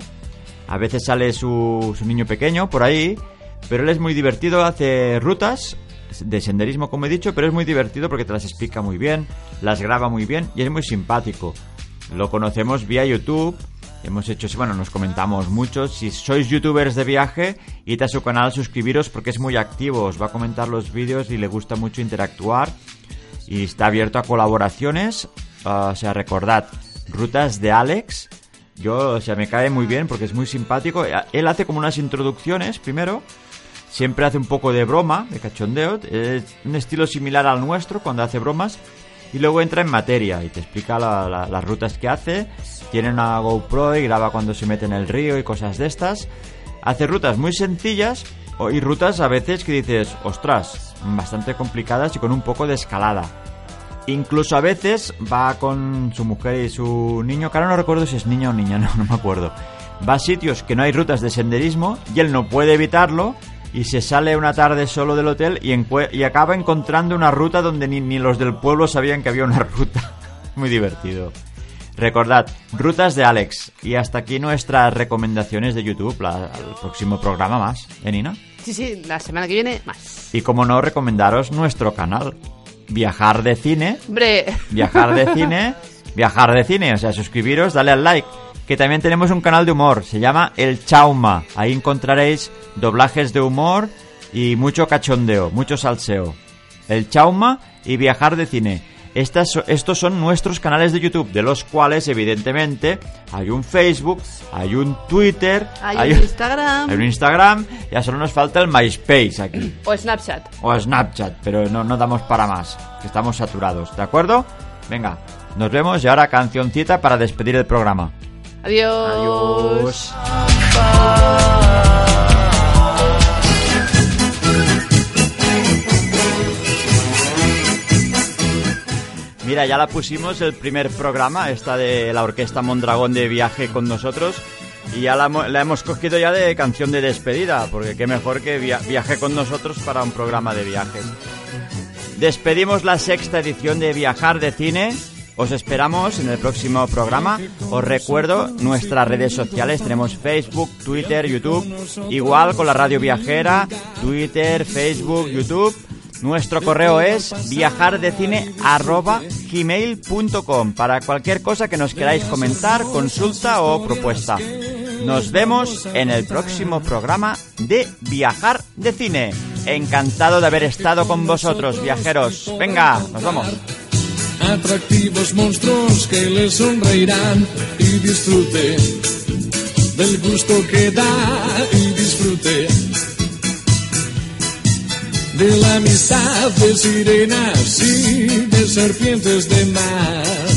Speaker 1: A veces sale su, su niño pequeño por ahí. Pero él es muy divertido, hace rutas de senderismo, como he dicho, pero es muy divertido porque te las explica muy bien, las graba muy bien y es muy simpático. Lo conocemos vía YouTube. Hemos hecho, bueno, nos comentamos mucho. Si sois youtubers de viaje, id a su canal, suscribiros porque es muy activo, os va a comentar los vídeos y le gusta mucho interactuar. Y está abierto a colaboraciones. Ah, o sea, recordad, rutas de Alex. Yo, o sea, me cae muy bien porque es muy simpático. Eh, Él hace como unas introducciones primero siempre hace un poco de broma, de cachondeo, es un estilo similar al nuestro cuando hace bromas, y luego entra en materia y te explica la- la- las rutas que hace, tiene una GoPro y graba cuando se mete en el río y cosas de estas, hace rutas muy sencillas o- y rutas a veces que dices, ostras, bastante complicadas y con un poco de escalada. Incluso a veces va con su mujer y su niño, que ahora no recuerdo si es niño o niña, [laughs] no, no me acuerdo. Va a sitios que no hay rutas de senderismo y él no puede evitarlo y se sale una tarde solo del hotel y, encue- y acaba encontrando una ruta donde ni, ni los del pueblo sabían que había una [laughs] ruta. Muy divertido. Recordad, rutas de Alex. Y hasta aquí nuestras recomendaciones de YouTube, la- al próximo programa más, ¿eh, Nina?
Speaker 5: Sí, sí, la semana que viene más.
Speaker 1: Y como no, recomendaros nuestro canal, Viajar de Cine,
Speaker 5: Hombre,
Speaker 1: [laughs] Viajar de cine, viajar de cine, o sea, suscribiros, dale al like. Que también tenemos un canal de humor, se llama El Chauma. Ahí encontraréis doblajes de humor y mucho cachondeo, mucho salseo. El Chauma y viajar de cine. Estas, so- estos son nuestros canales de YouTube, de los cuales, evidentemente, hay un Facebook, hay un Twitter,
Speaker 5: hay,
Speaker 1: hay
Speaker 5: un
Speaker 1: un,
Speaker 5: Instagram
Speaker 1: hay un Instagram, ya solo nos falta el MySpace aquí
Speaker 5: o Snapchat.
Speaker 1: o Snapchat, pero no, no damos para más, que estamos saturados, ¿de acuerdo? Venga, nos vemos y ahora cancioncita para despedir el programa.
Speaker 5: Adiós.
Speaker 1: Mira, ya la pusimos el primer programa, esta de la Orquesta Mondragón de viaje con nosotros. Y ya la, hemo- la hemos cogido ya de canción de despedida, porque qué mejor que via- viaje con nosotros para un programa de viajes. Despedimos la sexta edición de Viajar de Cine. Os esperamos en el próximo programa. Os recuerdo nuestras redes sociales. Tenemos Facebook, Twitter, YouTube. Igual con la radio viajera. Twitter, Facebook, YouTube. Nuestro correo es viajardecine.gmail.com para cualquier cosa que nos queráis comentar, consulta o propuesta. Nos vemos en el próximo programa de Viajar de Cine. Encantado de haber estado con vosotros, viajeros. Venga, nos vamos.
Speaker 9: atractivos monstruos que le sonreirán y disfrute del gusto que da y disfrute de la amistad de sirenas y de serpientes de mar.